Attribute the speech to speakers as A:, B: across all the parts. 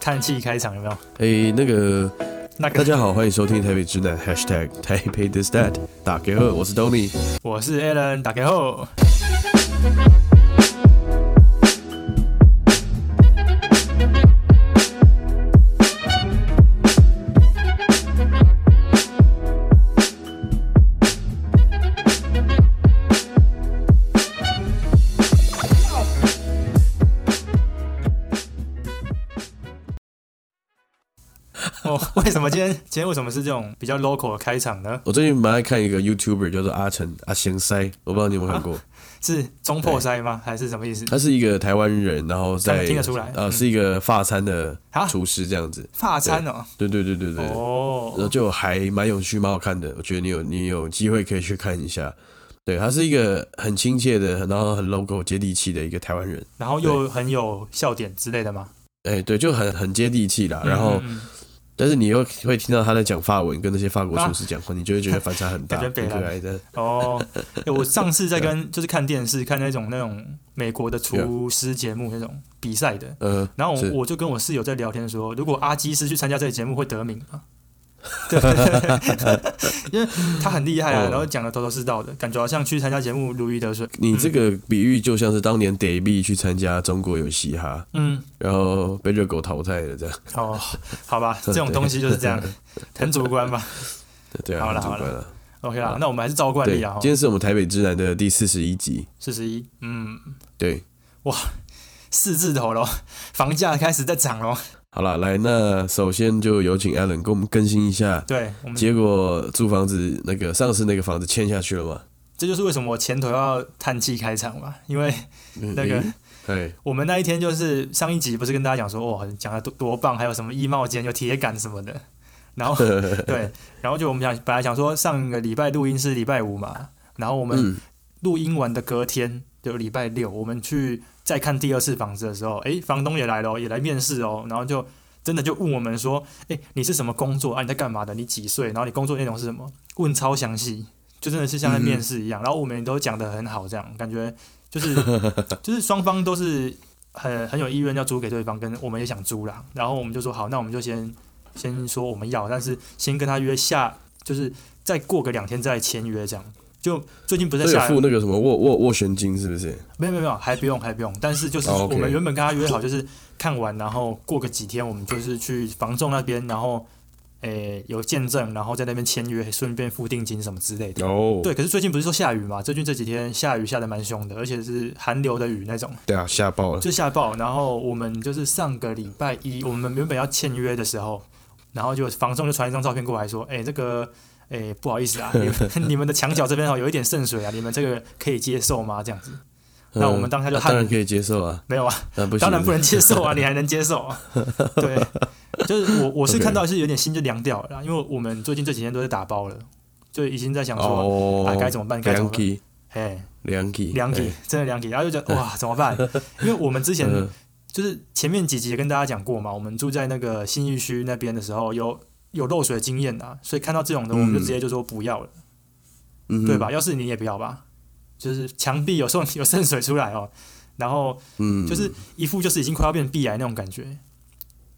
A: 叹气开场有没有？
B: 诶，哎那个
A: 那
B: 大
A: 个，
B: 家好，欢迎收听台北直男 #hashtag 台北 this that 打给我，我是 Tony。
A: 我是 Alan，打开后， 哦，为什么今天今天为什么是这种比较 local 的开场呢？
B: 我最近蛮爱看一个 YouTuber 叫做阿成阿贤塞，我不知道你有没有看
A: 啊
B: 过，
A: 是中破塞吗？还是什么意思？
B: 他是一个台湾人，然后在
A: 看哦听得出来
B: 呃，是一个法餐的
A: 啊
B: 厨师这样子。
A: 发餐哦，
B: 对对对对对，呃然后
A: 哦，
B: 就还蛮有趣，蛮好看的。我觉得你有你有机会可以去看一下。对，他是一个很亲切的，然后很 local 接地气的一个台湾人。
A: 然后又很有笑点之类的吗？
B: 哎，对，就很很接地气啦。然后，
A: 嗯嗯嗯
B: 但是你又会听到他在讲法文，跟那些法国厨师讲 话，你就会觉得反差很大，
A: 感
B: 很
A: 觉北
B: 可
A: 兰
B: 爱的。
A: 哦，欸我上次在跟就是看电视看那种那种美国的厨师节目那种比赛的，
B: 呃，
A: 然后
B: 是
A: 我我就跟我室友在聊天说，如果阿基师去参加这个节目会得名 吗？对，因为他很厉害啊，
B: 哦
A: 然后讲的头头是道的，感觉好像去参加节目如鱼得水。
B: 你这个比喻就像是当年 d a v 去参加中国有嘻哈，
A: 嗯，
B: 然后被热狗淘汰了，这样
A: 哦，好吧，这种东西就是这样，很主观吧。
B: 对啊，
A: 好啦
B: 很主观
A: 好
B: 了。
A: OK 啦，那我们还是照惯
B: 对，
A: 例啊
B: 今，天是我们台北之南的第四十一集，
A: 四十一，嗯，
B: 对，
A: 四字头咯， 房价开始在涨咯。
B: 好了，来，那首先就有请 Alan 给我们更新一下，
A: 对，我们
B: 结果租房子那个上次那个房子签下去了吗？
A: 这就是为什么我前头要叹气开场嘛，因为那个
B: 嗯，哎，
A: 我们那一天就是上一集不是跟大家讲说，哇，讲的多多棒，还有什么衣帽间有铁杆什么的， 然后对，然后就我们想本来想说上个礼拜录音是礼拜五嘛，然后我们
B: 嗯，
A: 录音完的隔天就礼拜六，我们去再看第二次房子的时候，诶，房东也来了哦，也来面试哦，然后就真的就问我们说，诶，你是什么工作啊？你在干嘛的？你几岁？然后你工作内容是什么？问超详细，就真的是像在面试一
B: 嗯
A: 样。然后我们也都讲得很好，这样感觉就是 就是双方都是很很有意愿要租给对方，跟我们也想租啦。然后我们就说好，那我们就先先说我们要，但是先跟他约下，就是再过个两天再签约这样。就最近不是
B: 都
A: 在
B: 有
A: 下
B: 付那个什么斡斡斡旋金是不是？
A: 没有没有没有，还不用还不用，但是就是
B: 哦
A: 我
B: ，OK
A: 们原本跟他约好，就是看完然后过个几天，我们就是去房仲那边，然后诶、有见证，然后在那边签约，顺便付定金什么之类的。
B: 哦，
A: 对，可是最近不是说下雨嘛？最近这几天下雨下的蛮凶的，而且是寒流的雨那种，
B: 对啊，吓爆了。
A: 就下暴。然后我们就是上个礼拜一，我们原本要签约的时候，然后就房仲就传一张照片过来说，哎、这个。哎、不好意 思啊，你们你们的墙角这边哦有一点渗水啊，你们这个可以接受吗？这样子，那我们当下就
B: 嗯
A: 汗
B: 当然可以接受啊，
A: 没有啊，
B: 那不行，
A: 当然不能接 受啊，你还能接受、啊？对，就是我我是
B: OK
A: 看到是有点心就凉掉了啦，因为我们最近这几天都是打包了，就已经在想说，
B: 哦，
A: 啊该怎么办该怎么办
B: 两体
A: 哎，
B: 两体
A: 凉体真的凉体，然后就觉得哇怎么办？因为我们之前
B: 嗯
A: 就是前面几集也跟大家讲过嘛，我们住在那个新义区那边的时候有。有漏水经验啊，所以看到这种的，我们就直接就说不要了，
B: 嗯哼
A: 对吧？？要是你也不要吧，就是墙壁有时候 有渗水出来哦，然后
B: 嗯，
A: 就是一副就是已经快要变壁癌那种感觉，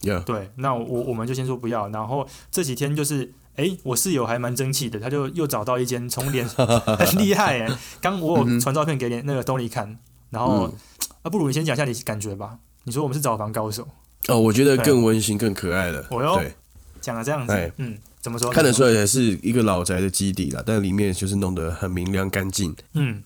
B: 呀，
A: 对，那我我我们就先说不要，然后这几天就是，诶，我室友还蛮争气的，他就又找到一间从 脸很厉害诶，刚我有传照片给连那个 Tony 看，然后、
B: 嗯
A: 啊，不如你先讲一下你感觉吧。你说我们是找房高手，
B: 哦，我觉得
A: 对
B: 更温馨、更可爱了。
A: 哦哟
B: 对，
A: 讲了这样子
B: 哎，
A: 嗯，怎么说？
B: 看得出
A: 来，
B: 来也是一个老宅的基底啦，但里面就是弄得很明亮、干净。
A: 嗯，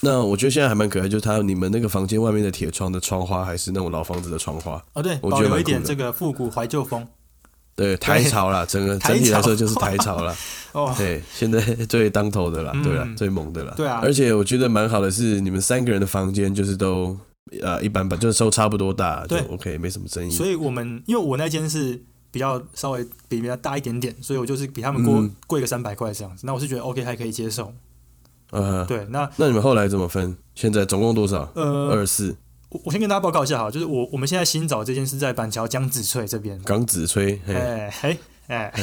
B: 那我觉得现在还蛮可爱，就是它你们那个房间外面的铁窗的窗花，还是那种老房子的窗花，
A: 哦对，
B: 我
A: 保
B: 觉得
A: 留
B: 蛮
A: 一点
B: 酷的
A: 这个复古怀旧风
B: 对，台潮啦，整个
A: 台潮
B: 整体来说就是台潮啦。
A: 哦，
B: 对，现在最当头的啦，
A: 嗯
B: 对啦，最猛的啦。
A: 对啊
B: 而且我觉得蛮好的是，你们三个人的房间就是都呃一般般，就是收差不多大，就
A: 对
B: OK，没什么争议。
A: 所以我们因为我那间是比较稍微比人家大一点点，所以我就是比他们多
B: 嗯
A: 贵个三百块这样子，那我是觉得 OK 还可以接受。
B: 呃，
A: 对，那
B: 那你们后来怎么分？现在总共多少？
A: 呃，
B: 二四
A: 我我先跟大家报告一下哈，就是我我们现在新找这件事在板桥江子翠这边，
B: 港子吹，嘿，
A: 哎哎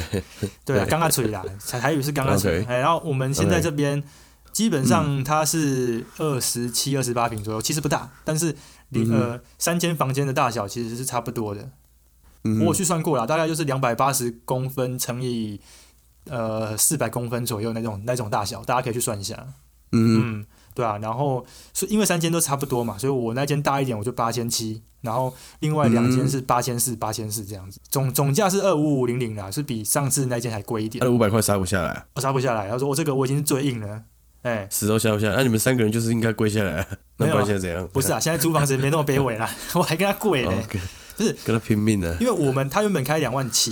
A: 哎，对啊，刚阿翠啦，才台语是刚阿翠，
B: OK 嗯
A: 哎，然后我们现在这边基本上它是二十七、二十八平左右，其实不大，但是里
B: 嗯哼
A: 呃三间房间的大小其实是差不多的，
B: 嗯
A: 我有
B: 哼，
A: 去算过了，大概就是两百八十公分乘以呃四百公分左右那种那种大小，大家可以去算一下。
B: 嗯
A: 嗯，对啊，然后是因为三间都差不多嘛，所以我那间大一点，我就八千七，然后另外两间
B: 嗯
A: 是八千四、八千四这样子，总总价是二五五零零啦，是比上次那间还贵一
B: 哼，
A: 点
B: 他，啊的五百块杀不下来，
A: 我杀不下来。他说哦我这个我已经是最硬了，哎、
B: 死都杀不下来。那、你们三个人就是应该跪 下来，那不然现在怎样？
A: 不是啊，现在租房子没那么卑微啦， 我还跟他贵嘞、
B: 哦，跟
A: 不是
B: 跟他拼命的，
A: 因为我们他原本开两万七，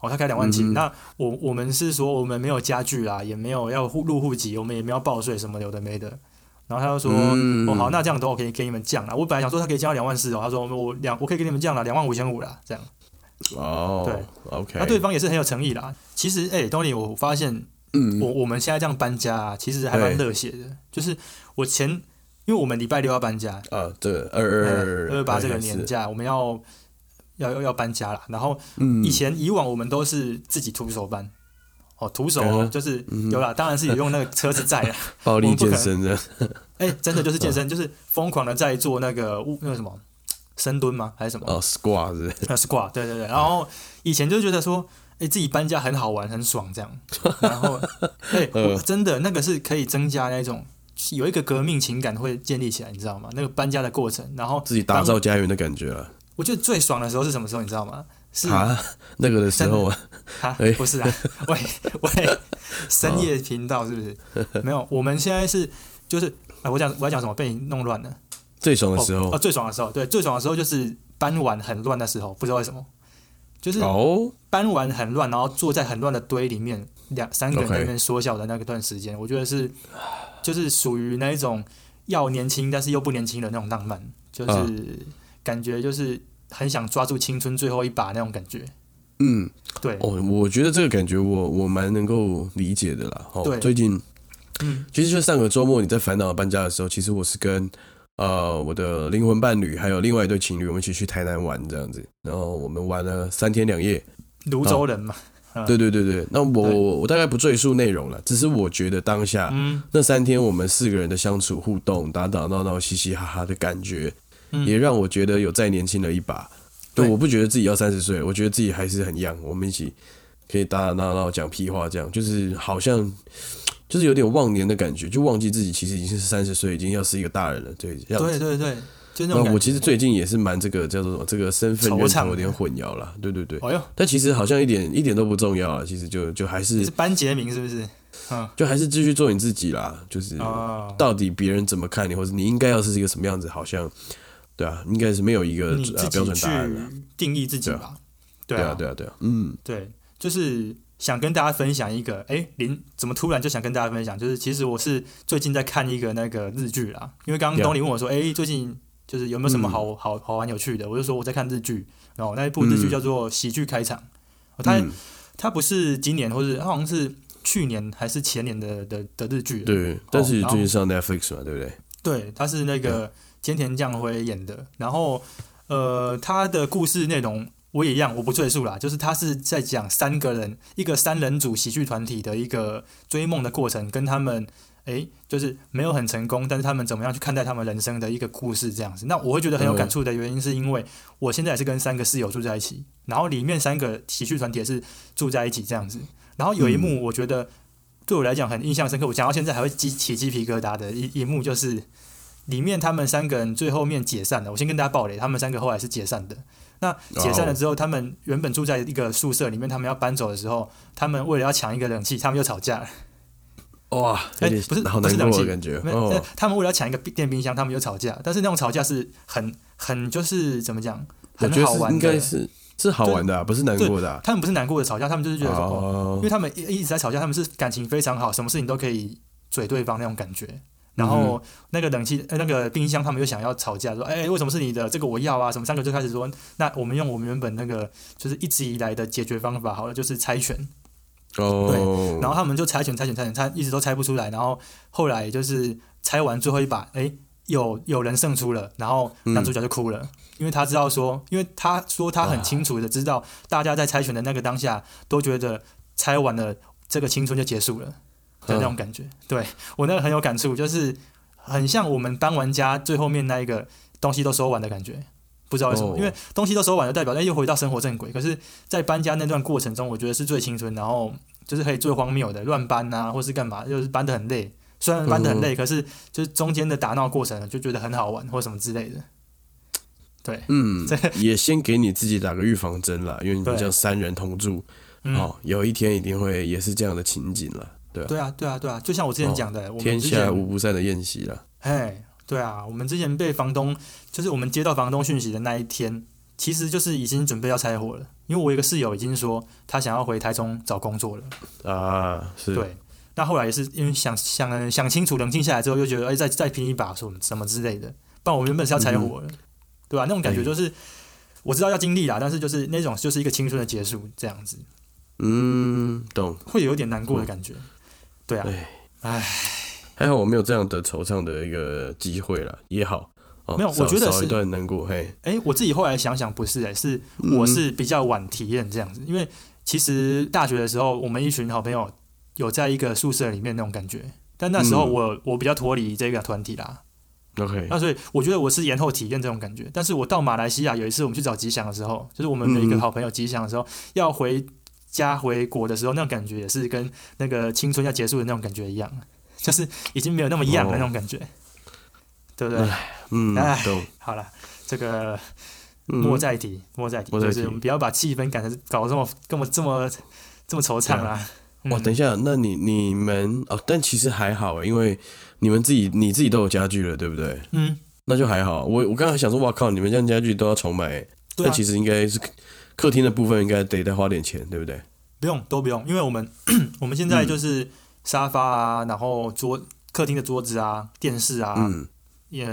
A: 哦，他开两万七、
B: 嗯
A: 那我我们是说我们没有家具啦，也没有要户入户籍，我们也没有报税什么有的没的。然后他就说，
B: 嗯
A: 哦好，那这样都我可以给你们降了。我本来想说他可以降到两万四哦，他说我两我可以给你们降了两万五千五啦，这样。
B: 哦，，OK，
A: 那对方也是很有诚意啦。其实哎、东尼，我发现
B: 嗯，
A: 我我们现在这样搬家、啊，其实还蛮热血的。就是我前，因为我们礼拜六要搬家，呃
B: 啊，这个二二
A: 二八这个年
B: 是
A: 假我们要要要要搬家啦，然后
B: 嗯
A: 以前以往我们都是自己徒手搬，哦，徒手
B: 嗯
A: 哦
B: 哼
A: 就是
B: 嗯哼
A: 有啦，当然是有用那个车子 载啦。啊
B: 暴力健身的，
A: 哎，真的就是健身，就是疯狂的在做那个物那个什么深蹲吗？还是什么？
B: 哦，squat 是
A: 那 squat，对对对。然后以前就觉得说，哎，自己搬家很好玩，很爽这 样。然后，哎，
B: 嗯
A: 我真的那个是可以增加那种有一个革命情感会建立起来，你知道吗？那个搬家的过程，然后
B: 自己打造家园的感觉了
A: 我觉得最爽的时候是什么时候？你知道吗？是
B: 啊，那个的时候啊，
A: 啊
B: 哎，
A: 不是 啊，喂喂，深夜频道是不
B: 哦
A: 是？没有，我们现在是就是，哎，我讲我要讲什么被你弄乱了。
B: 最爽的时
A: 哦，
B: 候
A: 哦最爽的时候，对，最爽的时候就是搬完很乱的时候，不知道为什么，就是
B: 哦，
A: 搬完很乱，然后坐在很乱的堆里面，两三个人
B: OK
A: 在那边缩小的那个段时间，我觉得是就是属于那一种要年轻但是又不年轻的那种浪漫，
B: 啊
A: 就是感觉就是很想抓住青春最后一把那种感觉，
B: 嗯，
A: 对，
B: 哦，我觉得这个感觉我我蛮能够理解的啦。哦
A: 对，
B: 最近，
A: 嗯，
B: 其实就上个周末你在烦恼搬家的时候，其实我是跟呃我的灵魂伴侣还有另外一对情侣，我们一起去台南玩这样子，然后我们玩了三天两夜。
A: 泸州人嘛，嗯
B: 对对对对，那我
A: 对
B: 我大概不赘述内容了，只是我觉得当下，
A: 嗯
B: 那三天我们四个人的相处互动，打打闹闹、嘻嘻哈哈的感觉，
A: 嗯
B: 也让我觉得有再年轻了一把。对，
A: 对
B: 我不觉得自己要三十岁，我觉得自己还是很 young。我们一起可以打打闹闹、讲屁话，这样就是好像就是有点忘年的感觉，就忘记自己其实已经是三十岁，已经要是一个大人了。对，这样
A: 对
B: 子。
A: 对对，就那
B: 那
A: 种感
B: 我
A: 觉。
B: 其实最近也是蛮这个叫做什么，这个身份认
A: 惆怅
B: 同有点混淆了。对对对，
A: 哎呦，
B: 但其实好像一点一点都不重要啊，其实就就还
A: 你
B: 是
A: 是班杰明是不是？
B: 就还是继续做你自己啦，就是
A: 哦，
B: 到底别人怎么看你，或者你应该要是一个什么样子，好像对啊，应该是没有一个
A: 你自
B: 呃标
A: 己
B: 准
A: 去
B: 答案的。
A: 定义自己吧。对
B: 啊，
A: 啊，
B: 对啊，对啊，嗯，
A: 对，就是想跟大家分享一个，哎，林怎么突然就想跟大家分享？就是其实我是最近在看一个那个日剧啦，因为刚刚
B: Yeah
A: 东尼问我说，哎，最近就是有没有什么好、好好玩有趣的？我就说我在看日剧，然后那一部日剧
B: 嗯
A: 叫做《喜剧开场》，哦它、
B: 嗯
A: 它不是今年，或是它好像是去年还是前年的的的日剧了，
B: 对，但是
A: 嗯哦然后
B: 最近上 Netflix 嘛，对不对？
A: 对，他是那个菅田将晖演的。然后，呃，他的故事内容我也一样，我不赘述啦。就是他是在讲三个人，一个三人组喜剧团体的一个追梦的过程，跟他们，诶，就是没有很成功，但是他们怎么样去看待他们人生的一个故事这样子。那我会觉得很有感触的原因，是因为我现在也是跟三个室友住在一起，然后里面三个喜剧团体也是住在一起这样子。然后有一幕，我觉得。对我来讲很印象深刻，我讲到现在还会起起鸡皮疙瘩的一一幕，就是里面他们三个人最后面解散了。我先跟大家爆雷，他们三个后来是解散的。那解散了之后，他们原本住在一个宿舍里面，他们要搬走的时候，他们为了要抢一个冷气，他们又吵架了。
B: 哇，有
A: 哎
B: 点
A: 不是
B: 好
A: 不是
B: 难过
A: 冷
B: 的
A: 气
B: 感觉
A: 没有
B: 哦，
A: 他们为了要抢一个电冰箱，他们又吵架。但是那种吵架是很很就是怎么讲，
B: 我
A: 很
B: 觉得
A: 好
B: 是
A: 玩
B: 应该
A: 的。
B: 是是好玩的啊，不是难过的啊。
A: 他们不是难过的吵架，他们就是觉得说，哦，
B: 哦
A: 因为他们一一直在吵架，他们是感情非常好，什么事情都可以嘴对方那种感觉。然后那个冷气、呃那个冰箱，他们又想要吵架，说：“哎，为什么是你的？这个我要啊！”什么三个就开始说：“那我们用我们原本那个就是一直以来的解决方法好了，就是猜拳。”
B: 哦，
A: 然后他们就猜拳、猜拳、猜拳，猜一直都猜不出来。然后后来就是猜完最后一把，哎，有有人胜出了，然后男主角就哭了，因为他知道说，因为他说他很清楚的知道，大家在猜拳的那个当下都觉得猜完了，这个青春就结束了的那种感
B: 嗯
A: 觉。对我那个很有感触，就是很像我们搬完家最后面那一个东西都收完的感觉。不知道为什么，
B: 哦
A: 因为东西都收完了，代表哎又回到生活正轨。可是，在搬家那段过程中，我觉得是最青春，然后就是可以最荒谬的乱搬啊，或是干嘛，就是搬得很累。虽然搬得很
B: 哦
A: 累，可是就是中间的打闹过程就觉得很好玩或什么之类的。对，
B: 嗯，也先给你自己打个预防针啦，因为你
A: 对
B: 们像三人同住，
A: 嗯，
B: 哦，有一天一定会也是这样的情景啦，对啊，
A: 对啊，对啊，对啊，就像我之前
B: 哦
A: 讲的，我们
B: 天
A: 之
B: 下
A: 前
B: 无不散的宴席啦，
A: 哎，对啊，我们之前被房东，就是我们接到房东讯息的那一天，其实就是已经准备要拆伙了，因为我有一个室友已经说他想要回台中找工作了。
B: 啊，是，
A: 对，那后来也是因为想想想清楚、冷静下来之后，又觉得哎、再再拼一把什么什么之类的，不然我原本是要拆伙的，嗯对吧、那种感觉就是、我知道要经历啦，但是就是那种就是一个青春的结束，这样子
B: 嗯，懂。
A: 会有点难过的感觉。嗯对啊，
B: 还好我没有这样的惆怅的一个机会啦，也好。哦、
A: 没有
B: 少
A: 我觉得
B: 少
A: 是
B: 一段难过，嘿，
A: 哎、我自己后来想想，不是哎、是我是比较晚体验这样子，因为其实大学的时候，我们一群好朋友有在一个宿舍里面那种感觉，但那时候
B: 嗯
A: 我、我比较脱离这个团体啦，
B: OK，
A: 那所以我觉得我是延后体验这种感觉。但是我到马来西亚有一次我们去找吉祥的时候，就是我们的一个
B: 嗯
A: 好朋友吉祥的时候，要回家回国的时候，那种感觉也是跟那个青春要结束的那种感觉一样，啊就是已经没有那么样的
B: 哦
A: 那种感觉，对不对？
B: 嗯
A: 哎，
B: 懂，
A: 好了，这个莫
B: 嗯，
A: 再提，莫再提，
B: 莫再
A: 就是
B: 提
A: 我们不要把气氛感得搞得这么、这么、这么、这么惆怅啦。
B: 哇，
A: 嗯
B: 哦等一下，那你你们哦，但其实还好欸，因为你们自己你自己都有家具了，对不对？
A: 嗯，
B: 那就还好。我我刚才想说，哇靠，你们这样家具都要重买欸，
A: 对啊，
B: 那其实应该是客厅的部分应该得再花点钱，对不对？
A: 不用，都不用，因为我们 我们现在
B: 嗯
A: 就是沙发啊，然后桌客厅的桌子啊、电视啊、
B: 嗯，
A: 也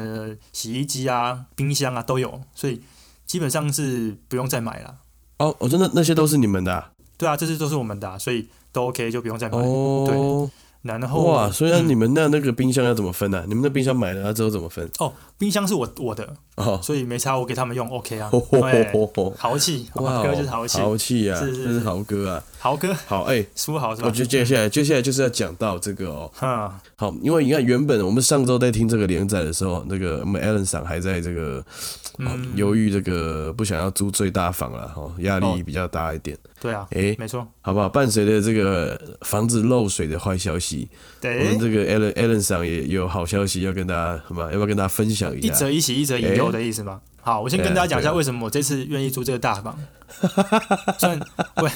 A: 洗衣机啊、冰箱啊都有，所以基本上是不用再买了。
B: 哦，哦，真的那些都是你们的啊、
A: 对啊，这些都是我们的啊、所以都 OK，就不用再买。
B: 哦，
A: 然后
B: 哇，所以那
A: 嗯
B: 你们那那个冰箱要怎么分呢、啊？你们那冰箱买了，那之后怎么分？
A: 哦，冰箱是我我的，
B: 哦，
A: 所以没差，我给他们用 OK 啊。
B: 吼吼
A: 对
B: 吼 吼
A: 豪气，豪
B: 哦哇，哦
A: 哥就是豪气，
B: 豪气啊，
A: 是是
B: 这是豪哥啊。
A: 豪哥
B: 好，哎、
A: 书豪是吧
B: 我？觉得接下来接下来就是要讲到这个哦。
A: 嗯，
B: 好，因为你看原本我们上周在听这个连载的时候，那个我们 Alan 赏还在这个哦
A: 嗯
B: 由于这个不想要租最大房了，哦，压力
A: 哦
B: 比较大一点。
A: 对啊，
B: 哎、
A: 没错，
B: 好不好？伴随着这个房子漏水的坏消息，我
A: 对
B: 们，这个 Alan Alan 赏也有好消息要跟大家，好吧？要不要跟大家分享一
A: 一
B: 下
A: 则？一喜，一则一忧的意思吗？好，我先跟大家讲一下
B: 哎哎对啊
A: 为什么我这次愿意租这个大房。 算，喂，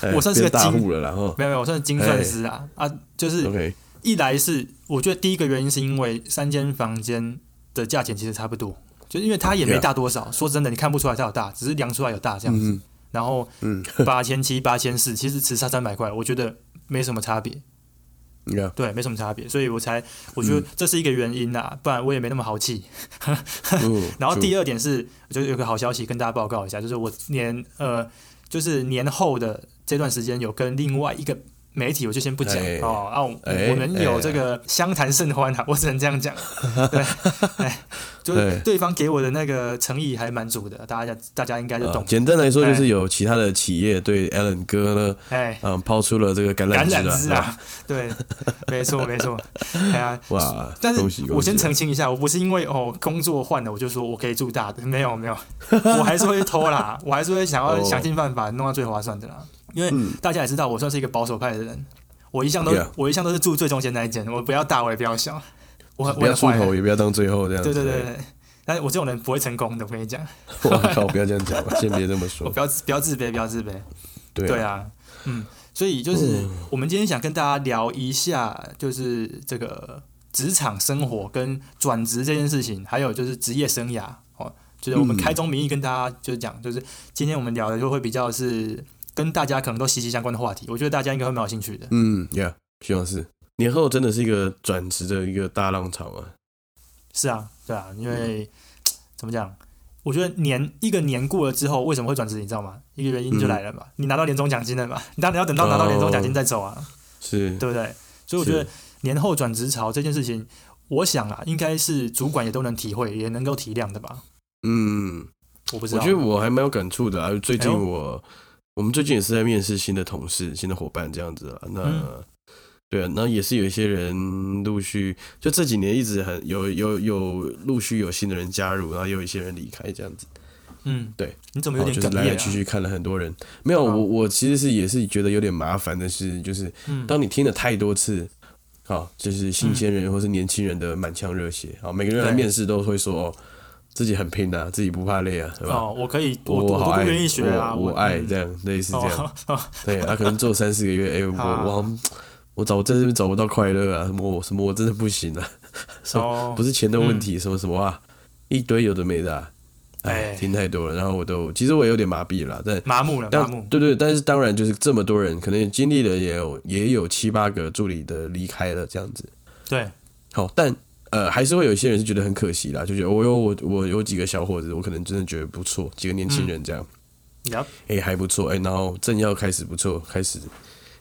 B: 哎
A: 我算是个
B: 变大
A: 精
B: 户了啦，然后
A: 没有没有，我算是精算师啊啊，就是。
B: 哎 OK，
A: 一来是我觉得第一个原因是因为三间房间的价钱其实差不多，就是因为它也没
B: Yeah 嗯
A: 大多少。说真的，你看不出来它有大，只是量出来有大这样子。然后，嗯，八千七、八千四，其实只差三百块，我觉得没什么差别。
B: 你看，
A: 对，没什么差别，所以我才我觉得这是一个原因呐、不然我也没那么豪气。
B: 嗯
A: 然后
B: 就
A: 第二点是，就有个好消息跟大家报告一下，就是我年呃，就是年后的这段时间有跟另外一个媒体，我就先不讲、
B: 哎
A: 哦啊，我
B: 哎
A: 我们有这个相谈甚欢啊，我只能这样 讲。对，哎，就是
B: 哎
A: 对方给我的那个诚意还蛮足的，大家大家应该就懂
B: 啊。简单来说，就
A: 哎
B: 是有其他的企业对 Alan 哥呢，
A: 哎，
B: 嗯，抛出了这个橄
A: 橄
B: 榄枝
A: 榄
B: 啊
A: 枝
B: 是吧，
A: 啊，对，没错没 错，哎呀。
B: 哇！
A: 但
B: 恭喜
A: 是
B: 恭喜
A: 我先澄清一下，我不是因为哦工作换了，我就说我可以住大的， 没有没有，我还是会偷 啦，我还是会想要
B: 哦嗯
A: 想尽办法弄到最划算的啦。因为大家也知道，我算是一个保守派的人，我一向都
B: Yeah
A: 我一向都是住最中间那一间，我不要大，我也不要小，我很
B: 不
A: 我
B: 要
A: 很
B: 出
A: 坏，
B: 头，也不要当最后这样
A: 对
B: 子。
A: 对对对。但是我这种人不会成功的，我跟你讲，
B: 对，我靠，不要这样讲吧，先别这么
A: 我
B: 说。
A: 不要自不要自卑，不要自卑。
B: 对
A: 对，啊，嗯，所以就是我们今天想跟大家聊一下，就是这个职场生活跟转职这件事情，还有就是职业生涯哦，就是我们
B: 嗯
A: 开宗明义跟大家就是讲，就是今天我们聊的就会比较是跟大家可能都息息相关的话题，我觉得大家应该会蛮有兴趣的。
B: 嗯，Yeah，希望是年后真的是一个转职的一个大浪潮啊。
A: 是啊，对啊，因为怎么讲？我觉得年一个年过了之后，为什么会转职？你知道吗？一个原因就来了嘛，你拿到年终奖金了嘛，你当然要等到拿到年终奖金再走啊。
B: 是，
A: 对不对？所以我觉得
B: 是
A: 年后转职潮这件事情，我想啊，应该是主管也都能体会，也能够体谅的吧？
B: 嗯，
A: 我不知
B: 我
A: 道，
B: 觉得我还蛮有感触的啊。最近
A: 哎呦
B: 我我们最近也是在面试新的同事、新的伙伴这样子啊。那
A: 嗯
B: 对啊，那也是有一些人陆续，就这几年一直很有有有陆续有新的人加入，然后也有一些人离开这样子。
A: 嗯，
B: 对，
A: 你怎么有
B: 好
A: 点
B: 哦就是
A: 哽
B: 来
A: 咽
B: 来
A: 啊？
B: 去去看了很多人，没有
A: 啊
B: 我我其实是也是觉得有点麻烦的是，就是
A: 嗯
B: 当你听了太多次，啊，就是新鲜人或是年轻人的满腔热血啊，每个人来
A: 对
B: 面试都会说哦，自己很拼的、啊，自己不怕累啊，对吧？
A: 哦，我可以，我
B: 我好
A: 都
B: 爱，
A: 不愿意学啊，
B: 我我爱
A: 嗯
B: 这样，类似这样，
A: 哦 哦
B: 对，啊他可能做三四个月， 哎，我
A: 啊
B: 我好像我找我真是找不到快乐啊，什么我什么我真的不行啊，
A: 哦，
B: 不是钱的问题，什么什么啊，一堆有的没的、啊，哎
A: 哎，
B: 听太多了，然后我都其实我有点麻痹了啦，但
A: 麻木了，麻
B: 但
A: 木，
B: 对对，但是当然就是这么多人，可能也经历了也有也有七八个助理的离开了这样子。
A: 对，
B: 好，但呃还是会有一些人是觉得很可惜啦，就觉得我有我我有几个小伙子，我可能真的觉得不错，几个年轻人这样，
A: 呀，
B: 哎、还不错，哎、然后正要开始不错，开始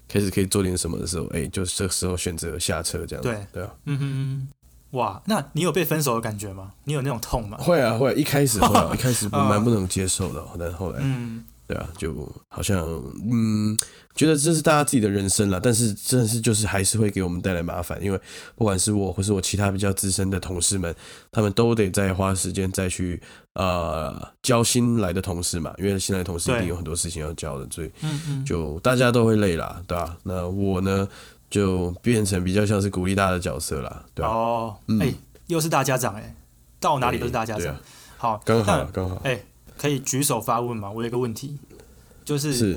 B: 开始可以做点什么的时候，哎、就这时候选择下车这样子，
A: 对
B: 对啊，
A: 嗯哼，哇，那你有被分手的感觉吗？你有那种痛吗？
B: 会啊会啊，一开始会啊，一开始
A: 啊
B: 蛮不能接受的，哦但后来
A: 嗯，
B: 对啊，就好像嗯，觉得这是大家自己的人生了，但是真的是就是还是会给我们带来麻烦，因为不管是我或是我其他比较资深的同事们，他们都得再花时间再去呃教新来的同事嘛，因为新来的同事一定
A: 对
B: 有很多事情要教的，所以
A: 嗯嗯，
B: 就大家都会累啦，对吧、那我呢就变成比较像是鼓励大家的角色啦，对吧、啊嗯
A: 哦，哎，又是大家长哎，到哪里都是大家
B: 对
A: 长
B: 啊。
A: 好，
B: 刚好
A: 那
B: 刚好
A: 哎可以举手发问吗？我有一个问题，就是
B: 是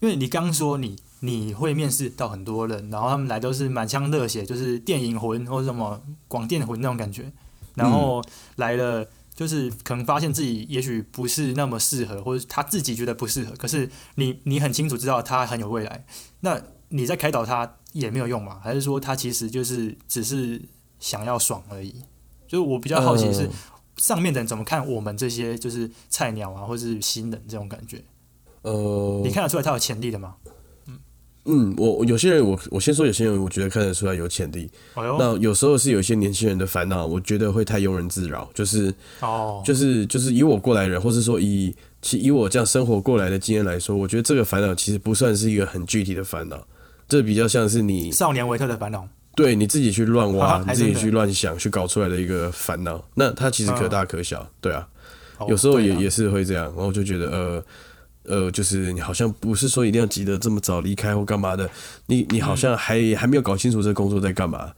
A: 因为你刚说你你会面试到很多人，然后他们来都是满腔热血，就是电影魂或者什么广电魂那种感觉，然后来了就是可能发现自己也许不是那么适合，或者他自己觉得不适合，可是你你很清楚知道他很有未来，那你在开导他也没有用嘛？还是说他其实就是只是想要爽而已？就是我比较好奇是
B: 呃
A: 上面的人怎么看我们这些就是菜鸟啊，或是新人这种感觉？
B: 呃
A: 你看得出来他有潜力的吗？
B: 嗯，我我有些人我我先说有些人，我觉得看得出来有潜力。
A: 哎呦，
B: 那有时候是有一些年轻人的烦恼，我觉得会太庸人自扰，就是
A: 哦，
B: 就是就是以我过来人，或是说以其以我这样生活过来的经验来说，我觉得这个烦恼其实不算是一个很具体的烦恼，这比较像是你
A: 少年维特的烦恼。
B: 对你自己去乱挖，
A: 啊还
B: 你自己
A: 真的
B: 去乱想，去搞出来的一个烦恼。那它其实可大可小，对啊，
A: 哦
B: 有时候
A: 对
B: 也、
A: 啊
B: 也是会这样，然后就觉得呃呃，就是你好像不是说一定要急得这么早离开或干嘛的，你你好像还、还没有搞清楚这个工作在干嘛。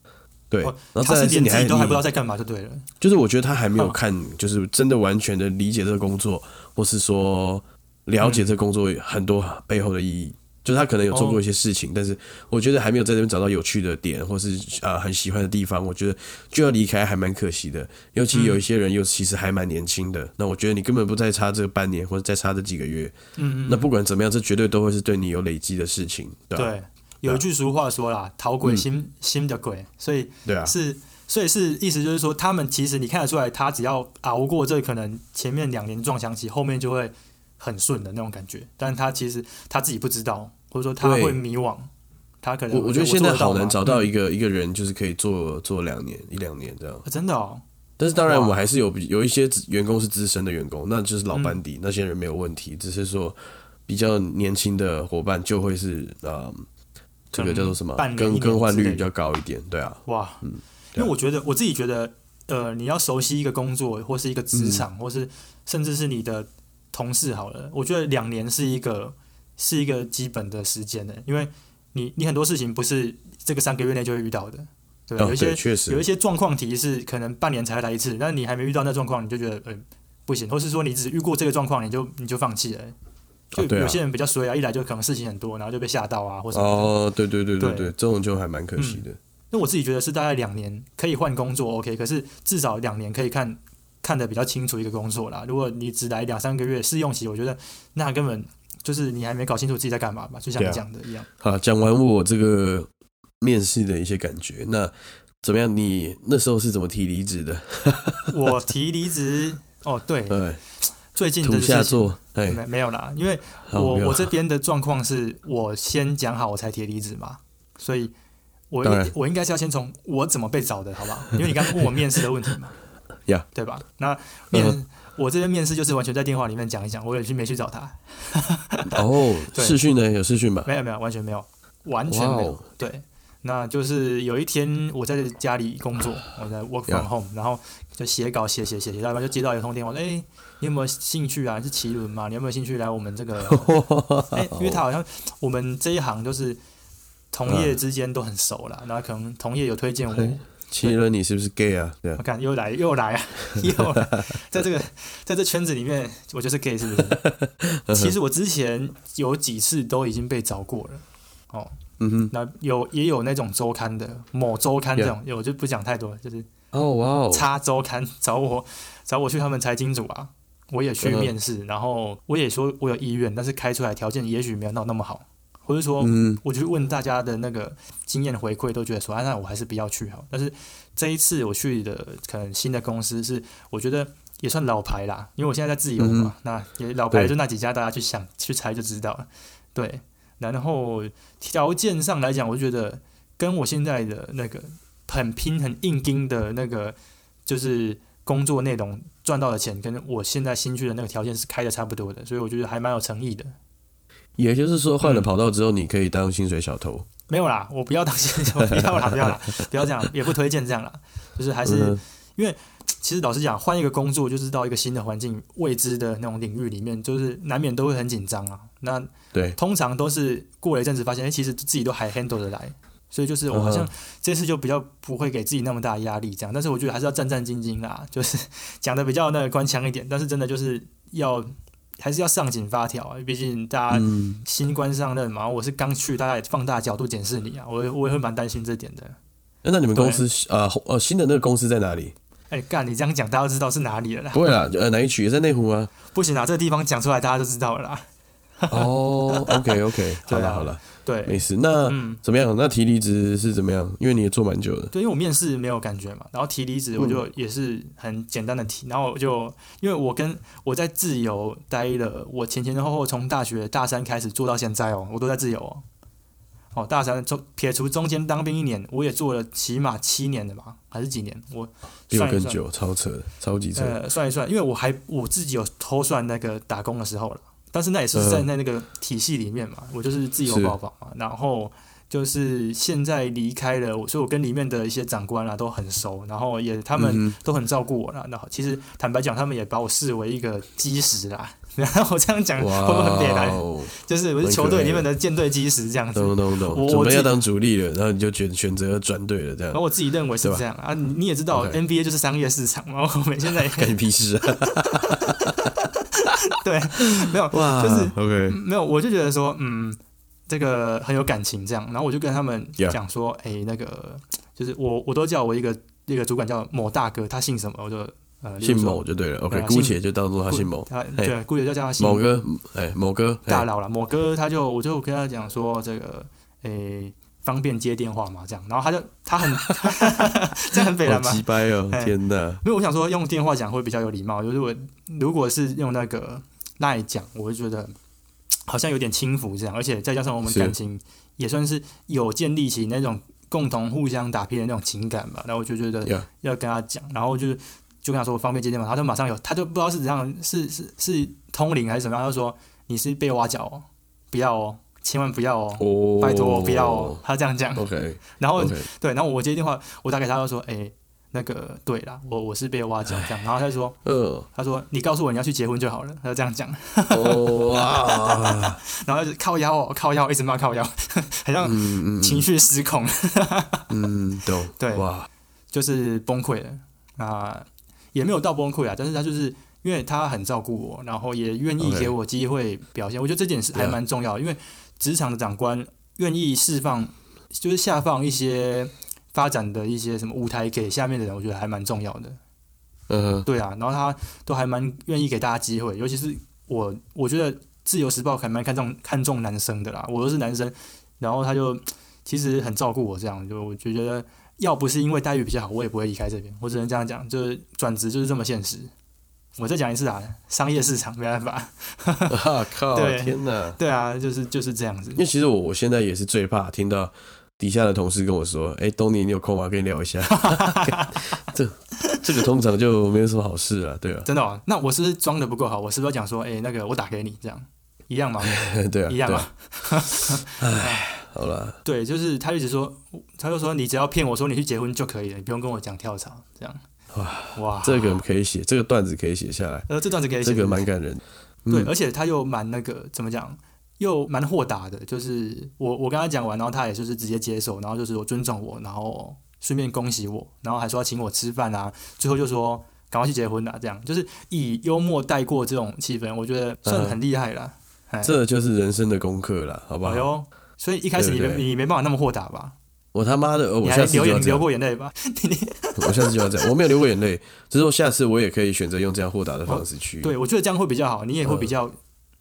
A: 嗯
B: 对，
A: 哦
B: 然后
A: 他
B: 再
A: 是
B: 来是
A: 连
B: 你
A: 自
B: 还
A: 己都还
B: 你
A: 不知道在干嘛就对了。
B: 就是我觉得他还没有
A: 哼
B: 看，就是真的完全的理解这个工作，或是说了解这个工作很多背后的意义。就是他可能有做过一些事情，但是我觉得还没有在这边找到有趣的点，或是呃很喜欢的地方，我觉得就要离开还蛮可惜的。尤其有一些人又其实还蛮年轻的，那我觉得你根本不再差这半年，或者再差这几个月，
A: 嗯嗯，
B: 那不管怎么样，这绝对都会是对你有累积的事情，对啊吧、
A: 对，有一句俗话说啦，“讨鬼心心的鬼”，所以
B: 对啊，
A: 是所以是意思就是说，他们其实你看得出来，他只要熬过这可能前面两年撞墙期，后面就会很顺的那种感觉。但他其实他自己不知道，或者说他
B: 对
A: 会迷惘，他可能
B: 我我觉得现在好难找到嗯
A: 一
B: 一个一个人，就是可以做做两年一两年这样。
A: 真的哦，
B: 但是当然，
A: 哇
B: 我还是有有一些资员工是资深的员工，那就是老班
A: 嗯
B: 底，那些人没有问题，只是说比较年轻的伙伴就会是呃，这个叫做什么
A: 半年一
B: 更
A: 年
B: 更换
A: 之类
B: 率
A: 的
B: 比较高一点，对啊，
A: 哇，
B: 对
A: 因为
B: 啊
A: 我觉得我自己觉得，呃，你要熟悉一个工作或是一个
B: 嗯
A: 职场，或是甚至是你的同事好了，我觉得两年是一个是一个基本的时间的，因为你你很多事情不是这个三个月内就会遇到的，对吧？
B: 哦
A: 有一
B: 对，
A: 些
B: 确
A: 有一
B: 实，
A: 些状况题是可能半年才会来一次，但你还没遇到那状况，你就觉得呃不行，或是说你只遇过这个状况，你就你就放弃了。就
B: 哦对啊
A: 有些人比较衰啊，一来就可能事情很多，然后就被吓到啊，或什么的。
B: 哦，对对对对
A: 对嗯
B: 对，这种就还蛮可惜的，
A: 那我自己觉得是大概两年可以换工作，OK，可是至少两年可以看看得比较清楚一个工作啦。如果你只来两三个月试用期，我觉得那根本就是你还没搞清楚自己在干嘛吧，就像你
B: 对啊
A: 讲的一样。
B: 好，讲完我这个面试的一些感觉，那怎么样？你那时候是怎么提离职的？
A: 我提离职，哦， 对，
B: 哎，
A: 最近
B: 土
A: 的
B: 下
A: 事情
B: 座，哎，
A: 没没有啦，因为
B: 好
A: 我
B: 哦没有
A: 我这边的状况是我先讲好我才提离职嘛，所以我
B: 当然
A: 我应该是要先从我怎么被找的，好不好？因为你刚刚问我面试的问题嘛
B: Yeah
A: 对吧？那面、
B: 嗯
A: 我这边面试就是完全在电话里面讲一讲，我也去没去找他，
B: 哦，
A: 对
B: 视讯呢？有视讯吧？
A: 没有没有，完全没有，完全
B: 哇
A: 没有，
B: 哦，
A: 对。那就是有一天我在家里工作，我在 work from home，、然后就写稿写写写写，到一半就接到一通电话，说：“哎、你有没有兴趣啊？你是奇伦嘛？你有没有兴趣来我们这个？
B: 哦
A: 哎、因为他好像我们这一行就是同业之间都很熟啦，然后可能同业有推荐我
B: 嗯嘿，奇伦，你是不是 gay 啊？对
A: 我
B: 啊，
A: 看又来又来啊，又来，在这个在这圈子里面，我就是 gay 是不是？ 其实我之前有几次都已经被找过了，哦，
B: 嗯哼，
A: 那有也有那种周刊的某周刊这种，我就不讲太多了，就是
B: 哦哇哦，
A: 差周刊找我找我去他们财经组啊，我也去
B: 嗯哼
A: 面试，然后我也说我有意愿，但是开出来条件也许没有闹那么好，或者说
B: 嗯，
A: 我就是问大家的那个经验回馈，都觉得说，啊，那我还是不要去好。但是这一次我去的可能新的公司是，我觉得也算老牌啦，因为我现在在自由嘛，那也老牌
B: 对
A: 就那几家，大家去想去猜就知道了。对，然后条件上来讲，我就觉得跟我现在的那个很拼很硬盯的那个就是工作内容赚到的钱，跟我现在新去的那个条件是开的差不多的，所以我觉得还蛮有诚意的。
B: 也就是说换了跑道之后，你可以当薪水小偷。
A: 没有 啦，我不要当新手，不要啦，不要啦，不要这样，也不推荐这样啦。就是还是，
B: 嗯
A: 其实老实讲，换一个工作就是到一个新的环境、未知的那种领域里面，就是难免都会很紧张啊。那
B: 对，
A: 通常都是过了一阵子发现，哎、其实自己都还 handle 得来，所以就是我好像
B: 嗯
A: 这次就比较不会给自己那么大的压力，这样。但是我觉得还是要战战兢兢啦，就是讲的比较那个官腔一点，但是真的就是要还是要上紧发条啊，毕竟大家
B: 嗯，
A: 新官上任嘛，我是刚去，大家也放大角度检视你啊，我也我也会蛮担心这点的。
B: 那那你们公司呃呃新的那个公司在哪里？
A: 哎、干，你这样讲，大家都知道是哪里了啦。
B: 不会啦，呃哪一区也在内湖啊？
A: 不行啦，这个地方讲出来，大家都知道了啦。
B: 哦，OK OK，
A: 对
B: 好
A: 啊
B: 了好了，没
A: 对，
B: 事。那
A: 嗯，
B: 怎么样？那提离职是怎么样？因为你也做蛮久的，
A: 对，因为我面试没有感觉嘛，然后提离职，我
B: 嗯
A: 就也是很简单的提，然后我就因为我跟我在自由待了，我前前后后从大学大三开始做到现在哦，我都在自由哦。哦，大三中撇除中间当兵一年，我也做了起码七年的吧，还是几年？我
B: 比我
A: 算一
B: 更
A: 算，
B: 久，超扯的，超级扯。
A: 呃，算一算，因为我还我自己有偷算那个打工的时候了，但是那也是在
B: 嗯
A: 那那个体系里面嘛，我就是自由
B: 是
A: 保保嘛，然后就是现在离开了，我所以我跟里面的一些长官啊都很熟，然后也他们
B: 嗯哼
A: 都很照顾我啦，然后其实坦白讲，他们也把我视为一个基石啦。 然后 我这样讲会
B: 哇
A: 不会很别来？
B: 哦，
A: 就是我是
B: 很
A: 球
B: 可
A: 队里
B: 爱
A: 面的舰队基石这样子。
B: 懂懂懂，
A: 我
B: 准
A: 我
B: 备
A: 自
B: 要
A: 己哦
B: 当主力了，然后你就选选择转队了，这
A: 然后
B: 样
A: 我自己认为是
B: 对吧
A: 这样啊，你你也知道
B: OK
A: NBA 就是商业市场嘛，我们现在 也
B: 干你屁事啊！
A: 对没有，
B: 哇，
A: 就是
B: OK，
A: 嗯没有，我就觉得说，嗯，这个很有感情这样，然后我就跟他们
B: Yeah.
A: 讲说，哎、那个就是我我都叫我一个一个主管叫某大哥，他姓什么，我就呃
B: 姓某，就对了
A: 对
B: ，OK，
A: 啊
B: 姑
A: 姓
B: 且就当做他
A: 顾
B: 姓某，
A: 他
B: 嘿
A: 对，姑且就叫他姓
B: 某哥，哎，某哥，哎
A: 大佬了，某哥他就我就跟他讲说这个，哎、方便接电话嘛这样，然后他就他很 这样很北
B: 好
A: 蓝嘛，
B: 鸡掰哦，
A: 嘿
B: 天哪，
A: 因为我想说用电话讲会比较有礼貌，就是我如果是用那个赖讲，我会觉得好像有点轻浮这样，而且再加上我们
B: 是
A: 感情也算是有建立起那种共同互相打拼的那种情感吧，然后我就觉得
B: Yeah
A: 要跟他讲，然后就是就跟他说我方便接电话，他就马上有，他就不知道是怎样，是是是通灵还是怎么样，他就说你是被挖角哦，不要哦，千万不要哦，
B: 哦，
A: 拜托不要哦，他这样讲，
B: ，OK
A: 然后
B: OK，
A: 对，然后我接电话，我打给他，他说：“哎、那个对啦，我我是被挖角这样。”然后他就说
B: 嗯，：“
A: 他说你告诉我你要去结婚就好了。”他就这样讲，
B: 哦哇，
A: 然后他就靠腰哦，靠腰，一直骂靠腰， 好像
B: 嗯嗯
A: 情绪失控，
B: 嗯，懂，
A: 对
B: 哇，
A: 就是崩溃了。啊、也没有到崩溃啊，但是他就是因为他很照顾我，然后也愿意
B: OK
A: 给我机会表现我觉得这点是还
B: Yeah
A: 蛮重要的因为职场的长官愿意释放，就是下放一些发展的一些什么舞台给下面的人，我觉得还蛮重要的。
B: 嗯
A: 对啊，然后他都还蛮愿意给大家机会，尤其是我，我觉得《自由时报》还蛮看重看重男生的啦，我又是男生，然后他就其实很照顾我，这样就我就觉得，要不是因为待遇比较好，我也不会离开这边，我只能这样讲，就是转职就是这么现实。我再讲一次啊，商业市场没办法，
B: 哼，啊靠，
A: 对
B: 天哪！
A: 对啊，就是就是这样子
B: 因。为其实我我现在也是最怕听到底下的同事跟我说：“哎、东尼，你有空吗？跟你聊一下。”这这个通常就没有什么好事了，对吧、
A: 真的哦，那我是不是装的不够好？我是不是要 讲说，哎、那个我打给你这样，一样吗？
B: 对啊，
A: 一样
B: 对
A: 吗
B: 啊。？好啦，
A: 对，就是他一直说，他就说你只要骗我说你去结婚就可以了，你不用跟我讲跳槽这样。哇
B: 这个可以写，这个段子可以写下来，
A: 呃，这段子可以写
B: 这个蛮感人的。
A: 对，
B: 嗯
A: 而且他又蛮那个怎么讲，又蛮豁达的。就是我我跟他讲完，然后他也就是直接接受，然后就是我尊重我，然后顺便恭喜我，然后还说要请我吃饭啊，最后就说赶快去结婚啊，这样就是以幽默带过这种气氛，我觉得算
B: 嗯
A: 很厉害了。哎
B: 这就是人生的功课啦，好不
A: 哎
B: 好？
A: 呦，所以一开始你没
B: 对不对
A: 你没办法那么豁达吧？
B: 我他妈的，呃
A: 你
B: 我
A: 还
B: 下次
A: 流
B: 就要
A: 眼
B: 这
A: 流
B: 样，
A: 过眼泪吧？
B: 我下次就要这样。我没有流过眼泪，只是说下次我也可以选择用这样豁达的方式去。
A: 对，我觉得这样会比较好，你也会比较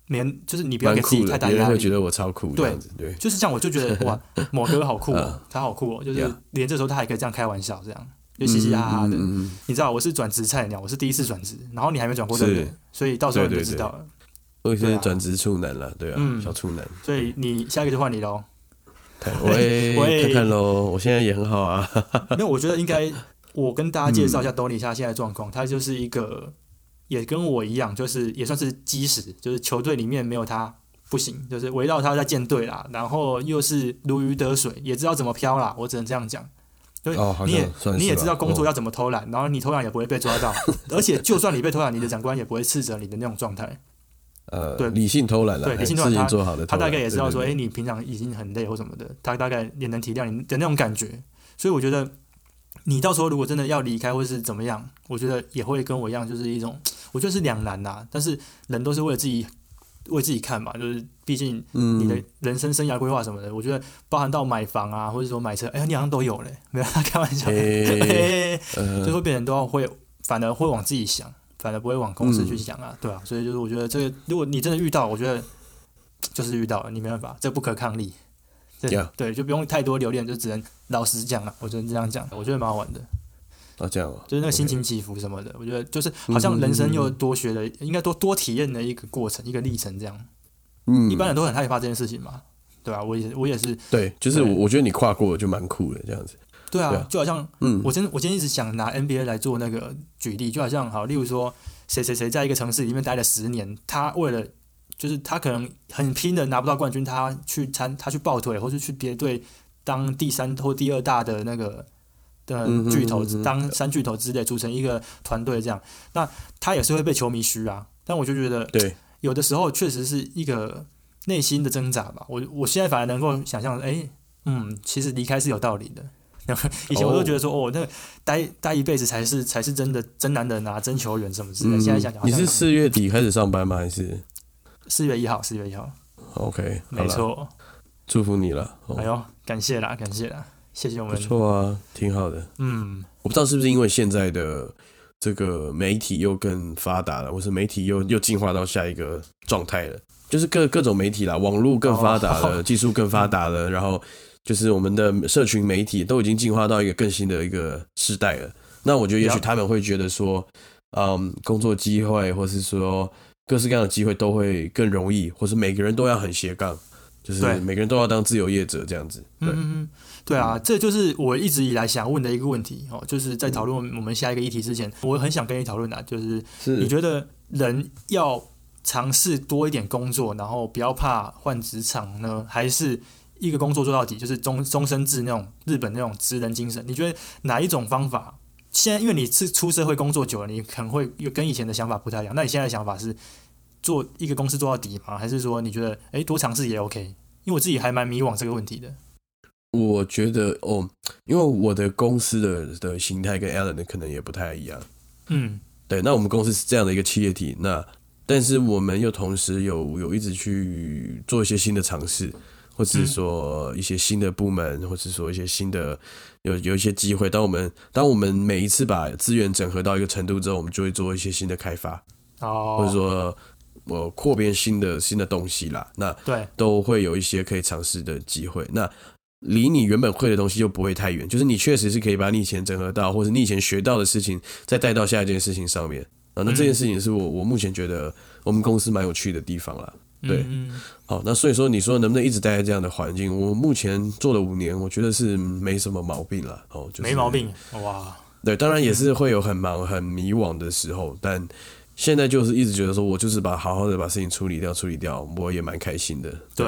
A: 免，就是你不要
B: 嗯蛮
A: 给自己
B: 酷
A: 太
B: 的，
A: 大
B: 别人
A: 压
B: 会
A: 力
B: 觉。得我超酷这样子，对，
A: 就是这样，我就觉 得哇，某哥好酷哦
B: 嗯，
A: 他好酷哦，就是
B: Yeah
A: 连这时候他还可以这样开玩笑，这样就嘻嘻哈哈的。
B: 嗯嗯嗯嗯
A: 你知道我是转职菜鸟，我是第一次转职，然后你还没转过对不对
B: 是？
A: 所以到时候你
B: 对
A: 就
B: 对
A: 知道了。
B: 我也
A: 对
B: 是
A: 啊
B: 转职处男了，对啊，
A: 嗯
B: 小处 男。
A: 所以你下一个就换你喽。
B: 看喂，
A: 喂
B: 看看喽，我现在也很好啊。
A: 没有，我觉得应该我跟大家介绍一下
B: 嗯
A: d o n y 他现在的状况，他就是一个也跟我一样，就是也算是基石，就是球队里面没有他不行，就是围绕他在建队啦，然后又是如鱼得水，也知道怎么飘啦，我只能这样讲。对，
B: 哦，好
A: 你也
B: 像算是
A: 你也
B: 吧
A: 知道工作
B: 哦
A: 要怎么偷懒，然后你偷懒也不会被抓 到，而且就算你被偷懒，你的长官也不会斥责你的那种状态。
B: 呃，
A: 对
B: 理性偷懒了，
A: 对
B: 哎
A: 理性偷懒
B: 事情
A: 他
B: 做好的
A: 他
B: 偷懒，
A: 大概也知道说，哎、
B: 对，
A: 你平常已经很累或什么的，他大概也能体谅你的那种感觉。所以我觉得，你到时候如果真的要离开或是怎么样，我觉得也会跟我一样，就是一种，我觉得是两难呐、但是人都是为了自己，为自己看嘛，就是毕竟你的
B: 嗯，
A: 人生生涯规划什么的，我觉得包含到买房啊，或者说买车，哎、呀，你好像都有嘞，没有，开玩笑。
B: 哎，
A: 嘿
B: 呃
A: 最后变成都要会，反而会往自己想，反而不会往公司
B: 嗯
A: 去想啊，对啊，所以就是我觉得这个，如果你真的遇到，我觉得就是遇到了，你没办法，这不可抗力。对
B: Yeah
A: 对，就不用太多留恋，就只能老实讲了。我只能这样讲，我觉得蛮好玩的，
B: 哦这样哦，
A: 就是那个心
B: OK
A: 情起伏什么的我觉得就是好像人生又多学了，应该多多体验的一个过程，一个历程这样。
B: 嗯，
A: 一般人都很害怕这件事情嘛，对吧、我也我也是，
B: 对，就是
A: 对
B: 我我觉得你跨过了就蛮酷的这样子，
A: 对啊，
B: 对啊
A: 就好像
B: 嗯，
A: 我真我今天一直想拿 NBA 来做那个举例，就好像好，例如说谁谁谁在一个城市里面待了十年，他为了就是他可能很拼的拿不到冠军，他去参他去抱腿，或是去别队当第三或第二大的那个的
B: 嗯哼
A: 巨头，
B: 嗯哼
A: 当三巨头之类，组成一个团队这样，那他也是会被球迷嘘啊。但我就觉得
B: 对，
A: 有的时候确实是一个内心的挣扎吧。我我现在反而能够想象，哎，嗯，其实离开是有道理的。 然后以前我都觉得说，哦，那个待待一辈子才是才是真的真男人啊，真球员什么之类的。
B: 嗯
A: 现在想想，
B: 你是四月底开始上班吗？还是
A: 四月一号，四月一号，
B: OK？好
A: 没
B: 啦，哦
A: 错。
B: 祝福你了，哦
A: 哎呦，感谢啦，感谢啦，谢谢我
B: 不
A: 们。
B: 错啊，挺好的。
A: 嗯，
B: 我不知道是不是因为现在的这个媒体又更发达了，或是媒体又又进化到下一个状态了，就是各各种媒体啦，网络更发达
A: 哦
B: 了，技术更发达了，然后就是我们的社群媒体都已经进化到一个更新的一个时代了。那我觉得也许
A: Yeah
B: 他们会觉得说，嗯，工作机会或是说各式各样的机会都会更容易，或是每个人都要很斜杠，就是
A: 对
B: 每个人都要当自由业者这样子。
A: 嗯，
B: 对
A: 嗯嗯，对啊，这就是我一直以来想问的一个问题哦，就是在讨论我们下一个议题之前，我很想跟你讨论啊，就是你
B: 是
A: 觉得人要尝试多一点工作，然后不要怕换职场呢，还是一个工作做到底，就是终终身制那种日本那种职人精神？你觉得哪一种方法？现在因为你是出社会工作久了，你可能会有跟以前的想法不太一样。那你现在的想法是做一个公司做到底吗？还是说你觉得诶多尝试也 OK？因为我自己还蛮迷惘这个问题的。
B: 我觉得哦，因为我的公司的的形态跟 Alan 的可能也不太一样。
A: 嗯，
B: 对，那我们公司是这样的一个企业体，那但是我们又同时有有一直去做一些新的尝试，或是说一些新的部门，或是说一些新的有有一些机会。当我们当我们每一次把资源整合到一个程度之后，我们就会做一些新的开发，
A: 哦，
B: 或者说我扩编新的新的东西啦。那
A: 对，
B: 都会有一些可以尝试的机会。那离你原本会的东西就不会太远，就是你确实是可以把你以前整合到，或者你以前学到的事情，再带到下一件事情上面啊。
A: 嗯
B: 那这件事情是我我目前觉得我们公司蛮有趣的地方啦。对
A: 嗯，嗯
B: 好，那所以说你说能不能一直待在这样的环境？我目前做了五年，我觉得是没什么毛病啦。哦，就是、
A: 没毛。病，哇，
B: 对，当然也是会有很忙、很迷惘的时候，但现在就是一直觉得说我就是把好好的把事情处理掉、处理掉，我也蛮开心的。
A: 对，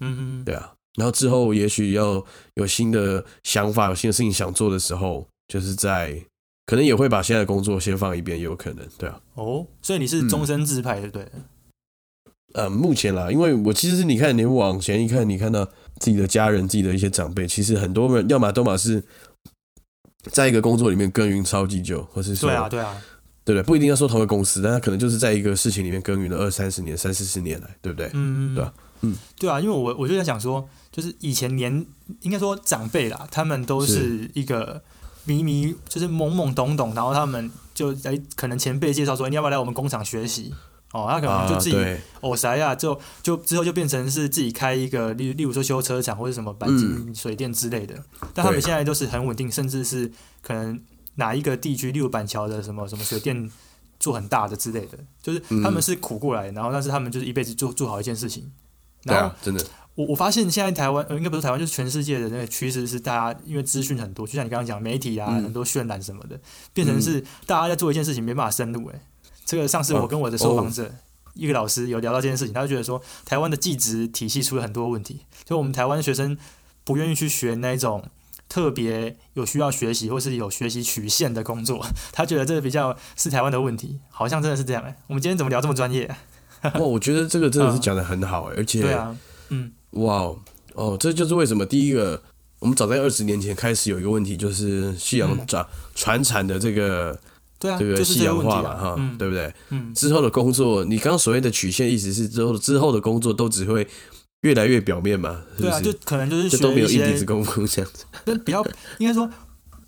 A: 嗯嗯。
B: 对啊，然后之后也许要有新的想法、有新的事情想做的时候，就是在可能也会把现在的工作先放一边，也有可能，对啊。
A: 哦，所以你
B: 嗯
A: 是终身制派的，对了？
B: 呃，目前啦，因为我其实是你看，你往前一看，你看到自己的家人、自己的一些长辈，其实很多人要么都嘛是在一个工作里面耕耘超级久，或是说
A: 对啊，对啊，
B: 对不对？不一定要说同一个公司，但他可能就是在一个事情里面耕耘了二三十年、三四十年来，对不对？
A: 嗯，
B: 对啊嗯，
A: 对啊，因为我我就在想说，就是以前年应该说长辈啦，他们都是一个迷迷，就是懵懵懂懂，然后他们就哎，可能前辈介绍说哎你要不要来我们工厂学习。哦，他可能
B: 啊
A: 就自己
B: 对
A: 偶塞啊，就就之后就变成是自己开一个，例例如说修车厂或者什么钣金、水电之类的。但他们
B: 嗯对
A: 现在都是很稳定，甚至是可能哪一个地区，例如板桥的什么什么水电做很大的之类的，就是他们
B: 嗯
A: 是苦过来，然后但是他们就是一辈子做做好一件事情。
B: 对
A: 然后
B: 啊，真的，
A: 我我发现现在台湾，呃，应该不是台湾，就是全世界的那个趋势是，大家因为资讯很多，就像你刚刚讲媒体啊，
B: 嗯
A: 很多渲染什么的，变成是大家在做一件事情没办法深入、欸。这个上
B: 哦
A: 次我跟我的受访者、一个老师有聊到这件事情，他就觉得说，台湾的技职体系出了很多问题，就我们台湾学生不愿意去学那种特别有需要学习或是有学习曲线的工作，他觉得这比较是台湾的问题，好像真的是这样、欸。我们今天怎么聊这么专业、啊？
B: 哇，我觉得这个真的是
A: 嗯
B: 讲的很好、欸，而且
A: 对啊，
B: 哇哦，哦，这就是为什么第一个，我们早在二十年前开始有一个问题，就是西洋传传产的这个
A: 对嗯啊，
B: 这
A: 就
B: 个
A: 是
B: 西
A: 这个
B: 洋
A: 问题
B: 化
A: 啊，
B: 嘛，哈，
A: 嗯，
B: 对不对？
A: 嗯，
B: 之后的工作，你刚刚所谓的曲线，意思是之后之后的工作都只会越来越表面嘛，是
A: 对
B: 不？
A: 啊，就是可能就是
B: 就都
A: 学
B: 没
A: 一
B: 有硬底子
A: 些，
B: 功夫这样子，
A: 但比较应该说，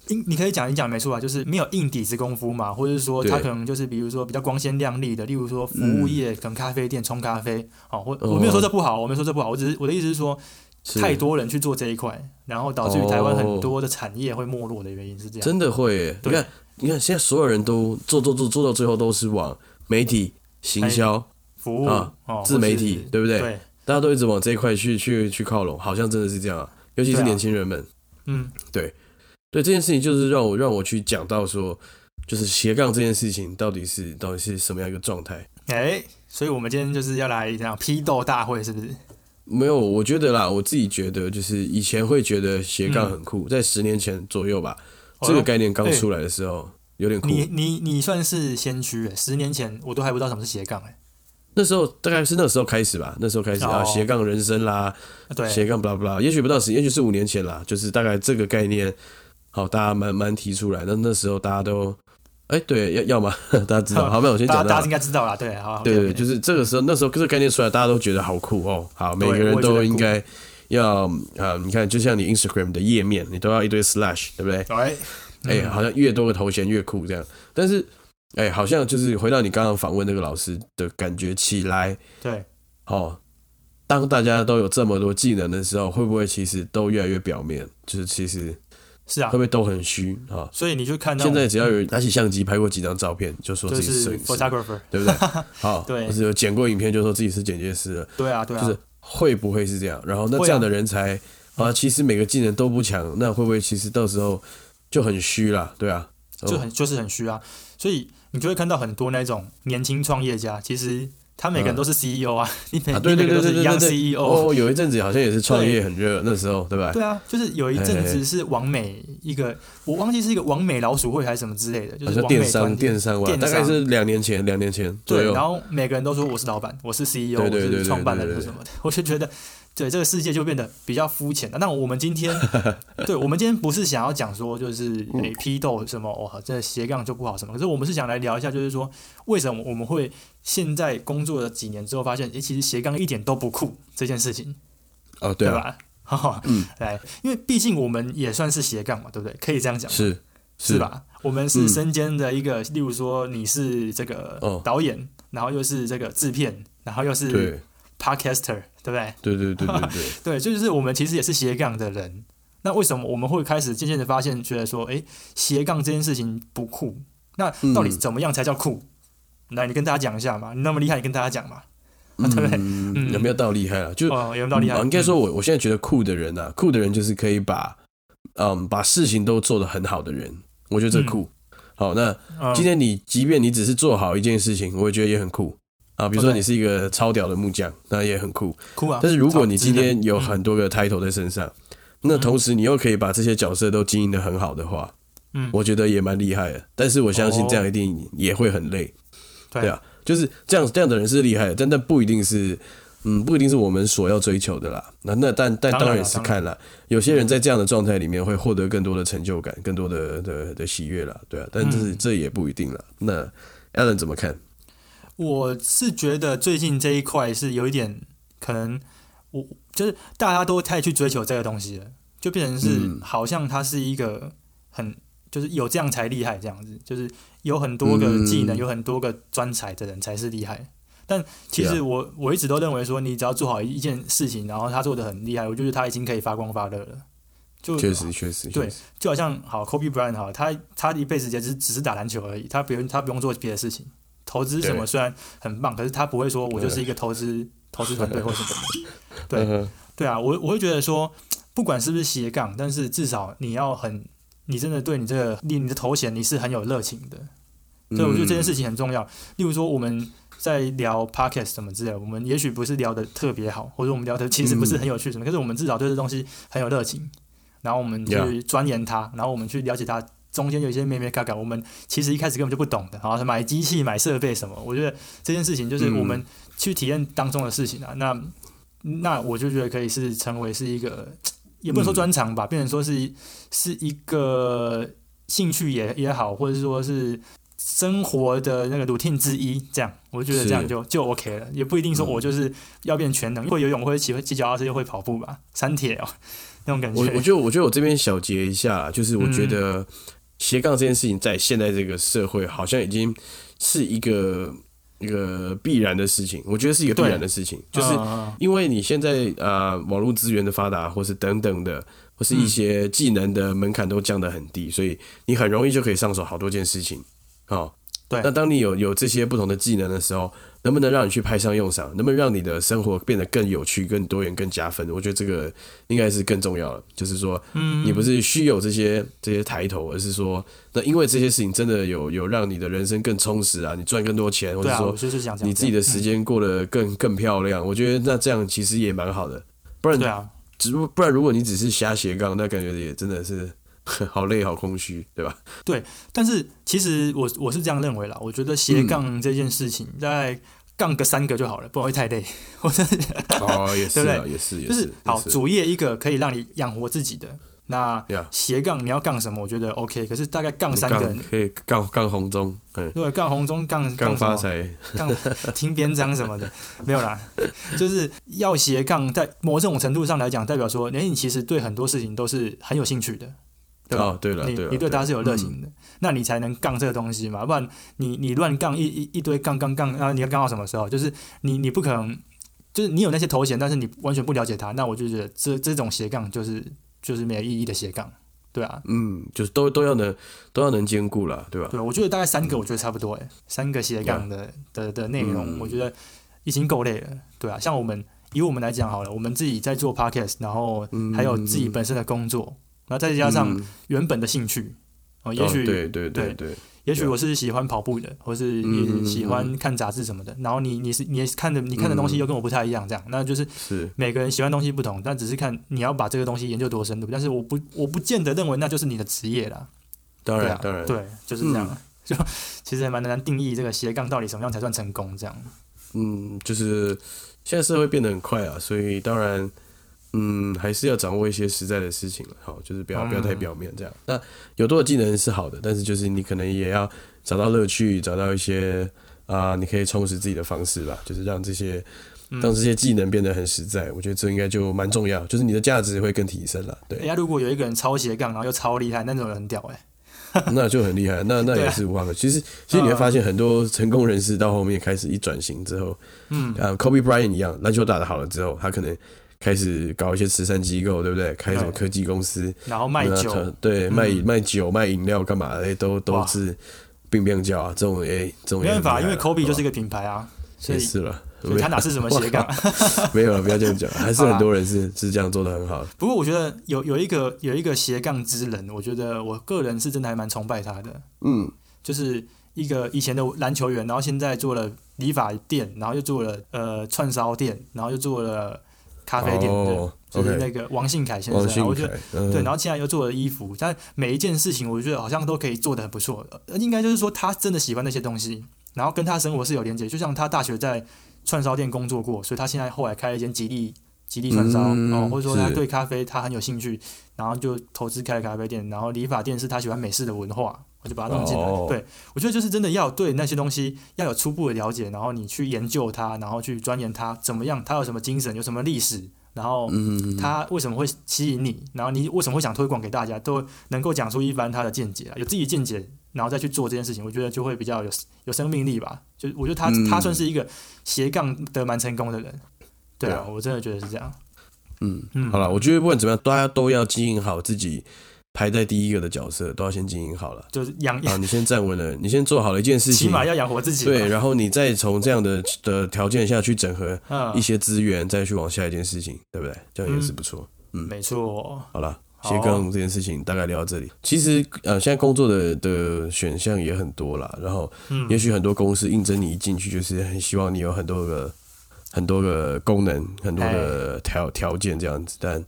A: 应你可以讲一讲没错啊，就是没有硬底子功夫嘛，或者是说他
B: 对
A: 可能就是比如说比较光鲜亮丽的，例如说服务业，可能咖啡店冲咖啡，哦，我我没有说这不好，我没有说这不好，我只是我的意思是说，
B: 是
A: 太多人去做这一块，然后导致于台湾很
B: 哦
A: 多的产业会没落的原因是这样。
B: 真的会耶。你
A: 对
B: 看，你看，现在所有人都做做做做到最后都是往媒体、行销、
A: 服务
B: 啊
A: 哦，
B: 自媒体
A: 哎或是
B: 对不对
A: 对，
B: 大家都一直往这一块去去去靠拢，好像真的是这样啊，尤其
A: 对
B: 是
A: 啊
B: 年轻人们。
A: 嗯，
B: 对这件事情，就是让我让我去讲到说，就是斜杠这件事情到底是到底是什么样一个状态？
A: 哎，所以我们今天就是要来这样批斗大会，是不是？
B: 没有，我觉得啦，我自己觉得就是以前会觉得斜杠很酷，在十年前左右吧，这
A: 嗯
B: 个
A: 哦
B: 概念刚出来的时候、有点酷。
A: 你你你算是先驱，哎十年前我都还不知道什么是斜杠，哎，
B: 那时候大概是那时候开始吧，那时候开始、啊，
A: 哦
B: 斜杠人生啦，
A: 对，
B: 斜杠 blah blah，也许不到十，也许是五年前啦，就是大概这个概念，好，大家慢慢提出来。那那时候大家都，哎、对，要要么 大家知道，好，那我先
A: 大家
B: 讲到
A: 大家应该知道啦，对，好，
B: 对
A: OK，OK
B: 对，就是这个时候，那时候这个概念出来，大家都觉得好酷哦。好，每
A: 对
B: 个人
A: 我也觉得
B: 都
A: 酷
B: 应该要啊、你看，就像你 Instagram 的页面，你都要一堆 slash，对不对？
A: 哎，
B: 哎、好像越多个头衔越酷这样。但是，哎、好像就是回到你刚刚访问那个老师的感觉起来，
A: 对，
B: 哦，当大家都有这么多技能的时候，会不会其实都越来越表面？就是其实
A: 是啊
B: 会不，会都很虚啊？
A: 所以你就看到
B: 现在只要有拿起相机拍过几张照片，就说
A: 就
B: 自己是摄
A: 是
B: 影师，
A: photographer，
B: 对不 对？好，
A: 对
B: 或是有剪过影片，就说自己是剪接师了。
A: 对啊，对啊，
B: 就是会不会是这样？然后那
A: 会啊嗯
B: 这样的人才啊，其实每个技能都不强，那会不会其实到时候就很虚啦？对啊，哦
A: 就很就是很虚啊，所以你就会看到很多那种年轻创业家，其实他每个人都是 CEO 啊， 你每
B: 嗯啊，
A: 你
B: 对
A: 每
B: 对
A: 个都
B: 对对
A: 是一
B: 对
A: 样
B: 对
A: CEO，
B: 哦，有一阵子好像也是创业很热，那时候对吧？
A: 对啊，就是有一
B: 哎
A: 阵子是王美一个，我忘记是一个王美老鼠会还是什么之类的，就是
B: 好像
A: 王美
B: 电
A: 团
B: 商
A: 体
B: 电商吧，
A: 电
B: 大
A: 商
B: 概是两年前，两年前左
A: 对，
B: 右
A: 然。后每个人都说我是老板，我是 CEO，
B: 哦对
A: 我
B: 对对
A: 是
B: 对
A: 创办人，
B: 对对
A: 或什么的， 我就觉得，对这个世界就变得比较肤浅了。那我们今 天，对我们今天不是想要讲说就是
B: 嗯
A: 诶批斗什么哦，这斜杠就不好什么，可是我们是想来聊一下，就是说为什么我们会现在工作了几年之后发现，诶，哎其实斜杠一点都不酷这件事情，
B: 哦，对啊，
A: 吧？ 哈哈，
B: 嗯，
A: 来，因为毕竟我们也算是斜杠嘛，对不对？可以这样讲，
B: 是
A: 是？吧？我们是
B: 嗯
A: 身兼的一个，例如说你是这个
B: 哦
A: 导演，然后又是这个制片，然后又是
B: 对
A: podcaster，对不对？
B: 对对对对对，
A: 对，这就是我们其实也是斜杠的人。那为什么我们会开始渐渐的发现，觉得说，诶，斜杠这件事情不酷？那到底
B: 嗯
A: 怎么样才叫酷？来，你跟大家讲一下嘛。你那么厉害，你跟大家讲嘛。 对
B: 嗯，有没有到厉害了？就
A: 哦，有没有道理啊？
B: 嗯应该说我，我现在觉得酷的人啊，酷的人就是可以把嗯把事情都做得很好的人，我觉得这酷。好，那
A: 嗯，
B: 今天你即便你只是做好一件事情，我也觉得也很酷。啊，比如说你是一个超屌的木匠，那也很酷。
A: 酷啊！
B: 但是如果你今
A: 超
B: 天有很多个 title 在身
A: 嗯
B: 上，那同时你又可以把这些角色都经营的很好的话，
A: 嗯
B: 我觉得也蛮厉害的。但是我相信这样一定也会很累，
A: 哦对
B: 对啊，就是这样这样的人是厉害的，但但不一定是。嗯，不一定是我们所要追求的啦。那那但但
A: 当然
B: 当
A: 啦
B: 然是
A: 当然
B: 看啦，有些人在这样的状态里面会获得更多的成就感，更多的的的喜悦啦，对啊。
A: 嗯
B: 但这是、这也不一定啦。那 Alan 怎么看？
A: 我是觉得最近这一块是有一点可能我就是大家都太去追求这个东西了，就变成是、
B: 嗯
A: 好像它是一个很就是有这样才厉害这样子，就是有很多个技能、
B: 嗯
A: 有很多个专才的人才是厉害。但其
B: 对
A: 实
B: 啊
A: 我、我一直都认为说，你只要做好一件事情，然后他做的很厉害，我就觉得他已经可以发光发热了。就
B: 确实，确实，
A: 对
B: 确实，
A: 就好像好，Kobe Bryant 好，他他一辈子也只是只是打篮球而已，他不用他不用做别的事情。投资什么
B: 对
A: 虽然很棒，可是他不会说我就是一个投资投资团队或什么 的。对
B: 嗯哼
A: 对啊，我我会觉得说，不管是不是斜杠，但是至少你要很，你真的对你这个你你的头衔你是很有热情的。所以我觉得
B: 嗯
A: 这件事情很重要。例如说我们在聊 podcast 什么之类的，我们也许不是聊的特别好，或者我们聊的其实不是
B: 嗯
A: 很有趣什么，可是我们至少对这东西很有热情，然后我们去
B: Yeah
A: 钻研它，然后我们去了解它。中间有一些咩咩嘎嘎，我们其实一开始根本就不懂的，然后买机器、买设备什么，我觉得这件事情就是
B: 嗯
A: 我们去体验当中的事情啊。那那我就觉得可以是成为是一个，也
B: 嗯
A: 不能说专长吧，变成说是是一个兴趣也也好，或者是说是生活的那个 routine 之一，这样我觉得这样
B: 是
A: 就就 OK 了，也不一定说我就是要变全能，会游泳，会骑会骑脚踏车，又会跑步吧，三铁哦，那种感觉。嗯
B: 我我觉得，我觉得我这边小结一下啦，就是我觉得斜杠这件事情在现在这个社会好像已经是一个一个必然的事情，我觉得是一个必
A: 对
B: 然的事情，就是
A: 嗯
B: 因为你现在呃网络资源的发达，或是等等的，或是一些技能的门槛都降得很低，所以你很容易就可以上手好多件事情。哦，
A: 对
B: 那当你有有这些不同的技能的时候，能不能让你去派上用场？能不能让你的生活变得更有趣、更多元、更加分？我觉得这个应该是更重要的，就是说，嗯，你不是虚有这些这些抬头，而是说，那因为这些事情真的有有让你的人生更充实啊，你赚更多钱，或
A: 对
B: 者
A: 啊，
B: 说
A: 我就是想这样
B: 你自己的时间过得更更漂亮，我觉得那这样其实也蛮好的。不然
A: 对，啊，
B: 只不不然如果你只是瞎斜杠，那感觉也真的是 好累、好空虚，对吧？
A: 但是其实我我是这样认为啦，我觉得斜杠这件事情大概杠个三个就好了，不然会太累。我真的
B: 哦， 也是
A: 对
B: 啊，
A: 不
B: 也是，也，
A: 就是是好
B: 也是
A: 主业一个可以让你养活自己的，那
B: Yeah
A: 斜杠你要杠什么？我觉得 OK，可是大概杠
B: 你
A: 三个
B: 杠，可以杠杠红中，嗯，
A: 对，杠红中杠
B: 杠
A: 什么
B: 发财，
A: 杠 听边章什么的，没有啦，就是要斜杠，在某种程度上来讲，代表说，哎，你其实对很多事情都是很有兴趣的，对吧？
B: 哦，对了，
A: 你
B: 对了，
A: 你对它是有热
B: 嗯
A: 情的，那你才能杠这个东西嘛，不然你你乱杠一一一堆杠杠杠，然后你要杠到什么时候？就是你你不可能，就是你有那些头衔，但是你完全不了解它，那我就觉得这这种斜杠就是就是没有意义的斜杠，对啊，
B: 嗯，就是都都要能都要能兼顾了，对吧？
A: 对，我觉得大概三个，我觉得差不多、欸，三个斜杠的的的内容，
B: 嗯
A: 我觉得已经够累了，对啊，像我们以我们来讲好了，我们自己在做 podcast，然后还有自己本身的工作，然后再加上
B: 嗯
A: 原本的兴趣，哦，也
B: 哦
A: 许、
B: 对对
A: 对
B: 对对，
A: 也许
B: 对啊
A: 我是喜欢跑步的，或是
B: 嗯嗯嗯
A: 也喜欢看杂志什么的。然后你你是你也是看的你看的东西
B: 嗯
A: 又跟我不太一样，这样，那就是
B: 是
A: 每个人喜欢的东西不同，但只是看你要把这个东西研究多深入。但是我不我不见得认为那就是你的职业啦。
B: 当
A: 对
B: 然
A: 啊，
B: 当然，嗯
A: 对，就是这样。 就其实还蛮难定义这个斜杠到底什么样才算成功，这样。
B: 嗯，就是现在社会变得很快啊，所以当然，嗯，还是要掌握一些实在的事情了。好，就是不要不要太表面这样。那有多的技能是好的，但是就是你可能也要找到乐趣，找到一些啊、你可以充实自己的方式吧，就是让这些让这些技能变得很实在。我觉得这应该就蛮重要，就是你的价值会更提升了。
A: 人
B: 对，
A: 家哎如果有一个人超斜杠，然后又超厉害，那种人很屌哎、
B: 那就很厉害，那那
A: 对嗯
B: 也
A: 啊
B: 是无话可。其实其实你会发现，很多成功人士到后面开始一转型之后，
A: 嗯，
B: 啊，Kobe Bryant 一样，篮球打得好了之后，他可能开始搞一些慈善机构，对不对？开什么
A: 对
B: 科技公司，
A: 然后卖
B: 那
A: 酒，嗯
B: 他对，卖卖酒、卖饮料干嘛的，哎，都都
A: 哇
B: 是病病叫啊，这种哎，这种
A: 没办
B: 也很
A: 法，
B: 厉
A: 因为
B: 害了
A: Kobe 就是一
B: 好
A: 个品牌啊，
B: 吧
A: 所
B: 也
A: 以
B: 是了，
A: 所以他哪是什么斜杠？
B: 没有了，不要这样讲，还是很多人是是这样做的很好的，
A: 不过我觉得有有一个有一个斜杠之人，我觉得我个人是真的还蛮崇拜他的。
B: 嗯，
A: 就是一个以前的篮球员，然后现在做了理发店，然后又做了呃串烧店，然后又做了咖啡店，
B: 哦
A: 对就是
B: OK
A: 那个王信凯先生，
B: 王
A: 然后
B: 信
A: 我就
B: 凯，嗯
A: 对，然后现在又做了衣服，但每一件事情我觉得好像都可以做得很不错。呃应该就是说他真的喜欢那些东西，然后跟他生活是有连接。就像他大学在串烧店工作过，所以他现在后来开了一间吉利吉利串烧，
B: 嗯
A: 哦，或者说他
B: 是
A: 对咖啡他很有兴趣，然后就投资开了咖啡店。然后理发店是他喜欢美式的文化，我就把它弄进来。
B: 哦
A: 对我觉得就是真的要对那些东西要有初步的了解，然后你去研究它，然后去钻研它怎么样，它有什么精神，有什么历史，然后
B: 嗯
A: 它为什么会吸引你，然后你为什么会想推广给大家，都能够讲出一番他的见解啊，有自己见解，然后再去做这件事情，我觉得就会比较有有生命力吧。就我觉得他、
B: 嗯
A: 他算是一个斜杠的蛮成功的人，对
B: 对
A: 啊
B: 啊，
A: 我真的觉得是这样。
B: 嗯，
A: 嗯，
B: 好了，我觉得不管怎么样，大家都要经营好自己排在第一个的角色，都要先经营 好了。
A: 就是养，
B: 啊，你先站稳了，你先做好了一件事
A: 起
B: 情，
A: 码要养活自己吧。
B: 对，然后你再从这样的的条件下去整 合一
A: 嗯，
B: 些资源，再去往下一件事情，对不对？这样也是不错。
A: 没错，
B: 好了，
A: 好
B: 斜杠这件事情大概聊到这里。其实呃，现在工作的的选项也很多啦，然后
A: 嗯
B: 也许很多公司应征你一进去，就是很希望你有很多个很多个功能，很多
A: 哎
B: 个条条件这样子，但。
A: 嗯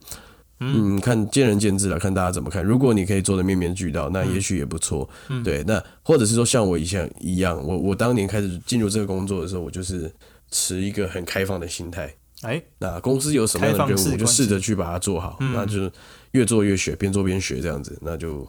B: 嗯，看见仁见智了，看大家怎么看。如果你可以做的面面俱到，那
A: 嗯
B: 也许也不错。
A: 嗯，
B: 对，那或者是说像我一样一样，我我当年开始进入这个工作的时候，我就是持一个很开放的心态。
A: 哎，
B: 那公司有什么样的
A: 开放
B: 任
A: 式
B: 务，我就
A: 关系
B: 试着去把它做好。
A: 嗯
B: 那就是越做越学，边做边学这样子，那就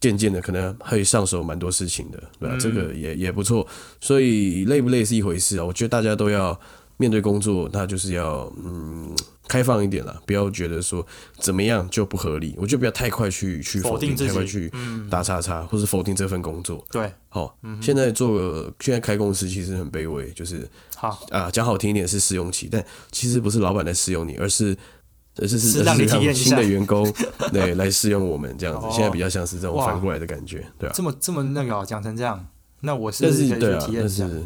B: 渐渐的可能会上手蛮多事情的，对吧、
A: 嗯
B: 这个也也不错。所以累不累是一回事啊，我觉得大家都要面对工作，那就是要嗯开放一点啦，不要觉得说怎么样就不合理，我就不要太快去去
A: 否
B: 否定，
A: 定自
B: 太快
A: 己嗯
B: 去，打叉叉，或是否定这份工作。
A: 对，
B: 好、
A: 嗯
B: 现在做现在开公司其实很卑微，就是
A: 好，
B: 啊，讲好听一点是试用期，但其实不是老板来试用你，而是而是
A: 是
B: 而
A: 让你体验一下
B: 新的员工对来试用我们这样子
A: 哦，
B: 现在比较像是这种
A: 哇
B: 反过来的感觉，对啊。
A: 这么这么那个哦讲成这样，那我是
B: 但
A: 可以
B: 是对
A: 去
B: 啊
A: 体，验
B: 但
A: 一下。
B: 是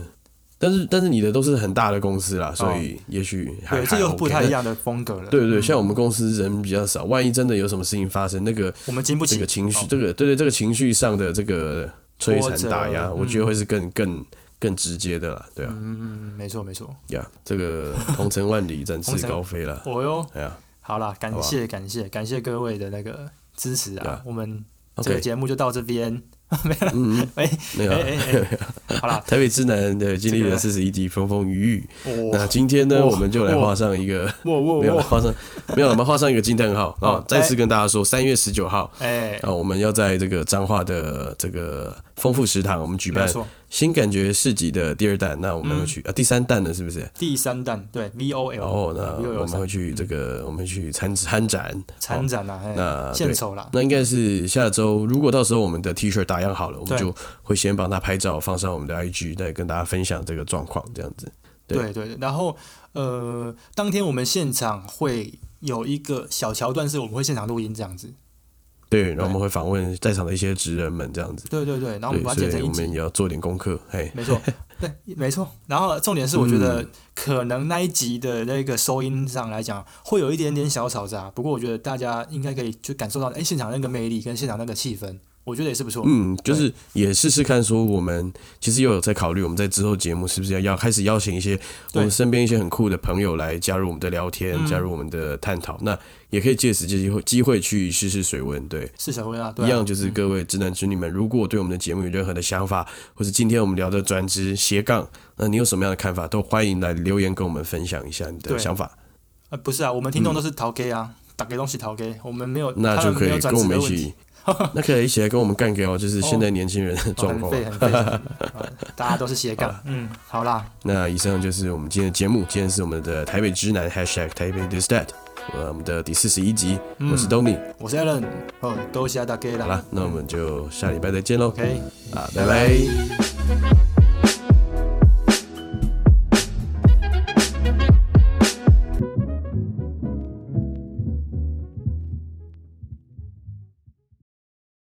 B: 但是但是你的都是很大的公司啦，所以也许还
A: 哦对，这
B: 还
A: 就
B: OK，
A: 不太一
B: 但
A: 样嗯的风格了。
B: 对对对，像我们公司人比较少，万一真的有什么事情发生，那个
A: 我们经不
B: 这
A: 起
B: 个情绪，
A: 哦
B: 这个对对，这个情绪上的这个摧
A: 波折
B: 残打压，
A: 嗯
B: 我觉得会是更更更直接的啦，对啊，
A: 嗯，没错没错。
B: 呀，这个同城万里， 展
A: 同
B: 翅
A: 城
B: 高飞啦。
A: 哦哟，
B: 哎呀
A: 好啦，感
B: 好吧
A: 谢感谢感谢各位的那个支持
B: 对
A: 啊
B: 啊，
A: 我们这个
B: ，OK，
A: 节目就到这边。
B: 嗯，嗯
A: 哎
B: 那
A: 哎
B: 个
A: 哎哎，好啦，
B: 台北之南的经历
A: 这
B: 了
A: 个
B: 四十一集风风雨雨，那
A: 我
B: 今天呢，
A: 哇
B: 我们就来画上一个
A: 我我
B: 没有了，
A: 我，
B: 画上没有了，我们画上一个惊叹号啊
A: 哦！
B: 再次跟大家说，三月十九号
A: 哎，
B: 啊，我们要在这个彰化的这个丰富食堂，我们举
A: 没
B: 办
A: 错，嗯
B: 新感觉市集的第二弹，那我们会去啊第三弹了，是不是？
A: 第三弹对 V O
B: 然
A: L
B: 后呢，
A: 又有
B: 哦我们会去这个，我们去参参展，
A: 参展啦，哎，
B: 那
A: 献
B: 对
A: 丑啦，
B: 那应该是下周，如果到时候我们的 T 恤打样好了，我
A: 对
B: 们就会先帮他拍照，放上我们的 IG，再跟大家分享这个状况，这样子。对
A: 对对，对然后呃，当天我们现场会有一个小桥段，是我们会现场录音这样子。
B: 对，然后我们会访问在场的一些职人们，这样子。
A: 对对对，然后我
B: 对
A: 们，把它剪成
B: 所以
A: 一
B: 我
A: 集
B: 们。也要做点功课。嘿，
A: 没错， 对，没错。然后重点是，我觉得
B: 嗯
A: 可能那一集的那个收音上来讲，会有一点点小吵杂，不过我觉得大家应该可以就感受到，哎，现场那个魅力跟现场那个气氛，我觉得也是不错。
B: 嗯，就是也试试看，说我们其实又有在考虑，我们在之后节目是不是要要开始邀请一些我们身边一些很酷的朋友来加入我们的聊天，
A: 嗯
B: 加入我们的探讨。那也可以借此机会机会去试试水温，对。
A: 是小薇啊，对啊
B: 一样就是各位直男直女们，如果对我们的节目有任何的想法，或是今天我们聊的转职斜杠，那你有什么样的看法，都欢迎来留言跟我们分享一下你
A: 对
B: 的想法，
A: 啊，不是啊，我们听众都是逃 gay 啊，打给东西逃 gay，我们没有，
B: 嗯那
A: 他
B: 就
A: 们
B: 可
A: 没有
B: 以
A: 转
B: 跟我
A: 职
B: 们
A: 的
B: 一
A: 问题
B: 起， 那可以一起来跟我们干掉，就是现在年轻人的
A: 哦
B: 状
A: 很
B: 况。
A: 废很废，很废啊大家都是斜杠。嗯，好啦，
B: 那以上就是我们今天的节目，今天是我们的台北直男 #hashtag 台北 t h i s t a t 呃，我们的第四十一集，
A: 嗯
B: 我是 Tony，、
A: 我是 Allen，哦，都是打 gay
B: 好
A: 啦
B: 啦，那我们就下礼拜再见喽，
A: ，OK，
B: 啊，拜拜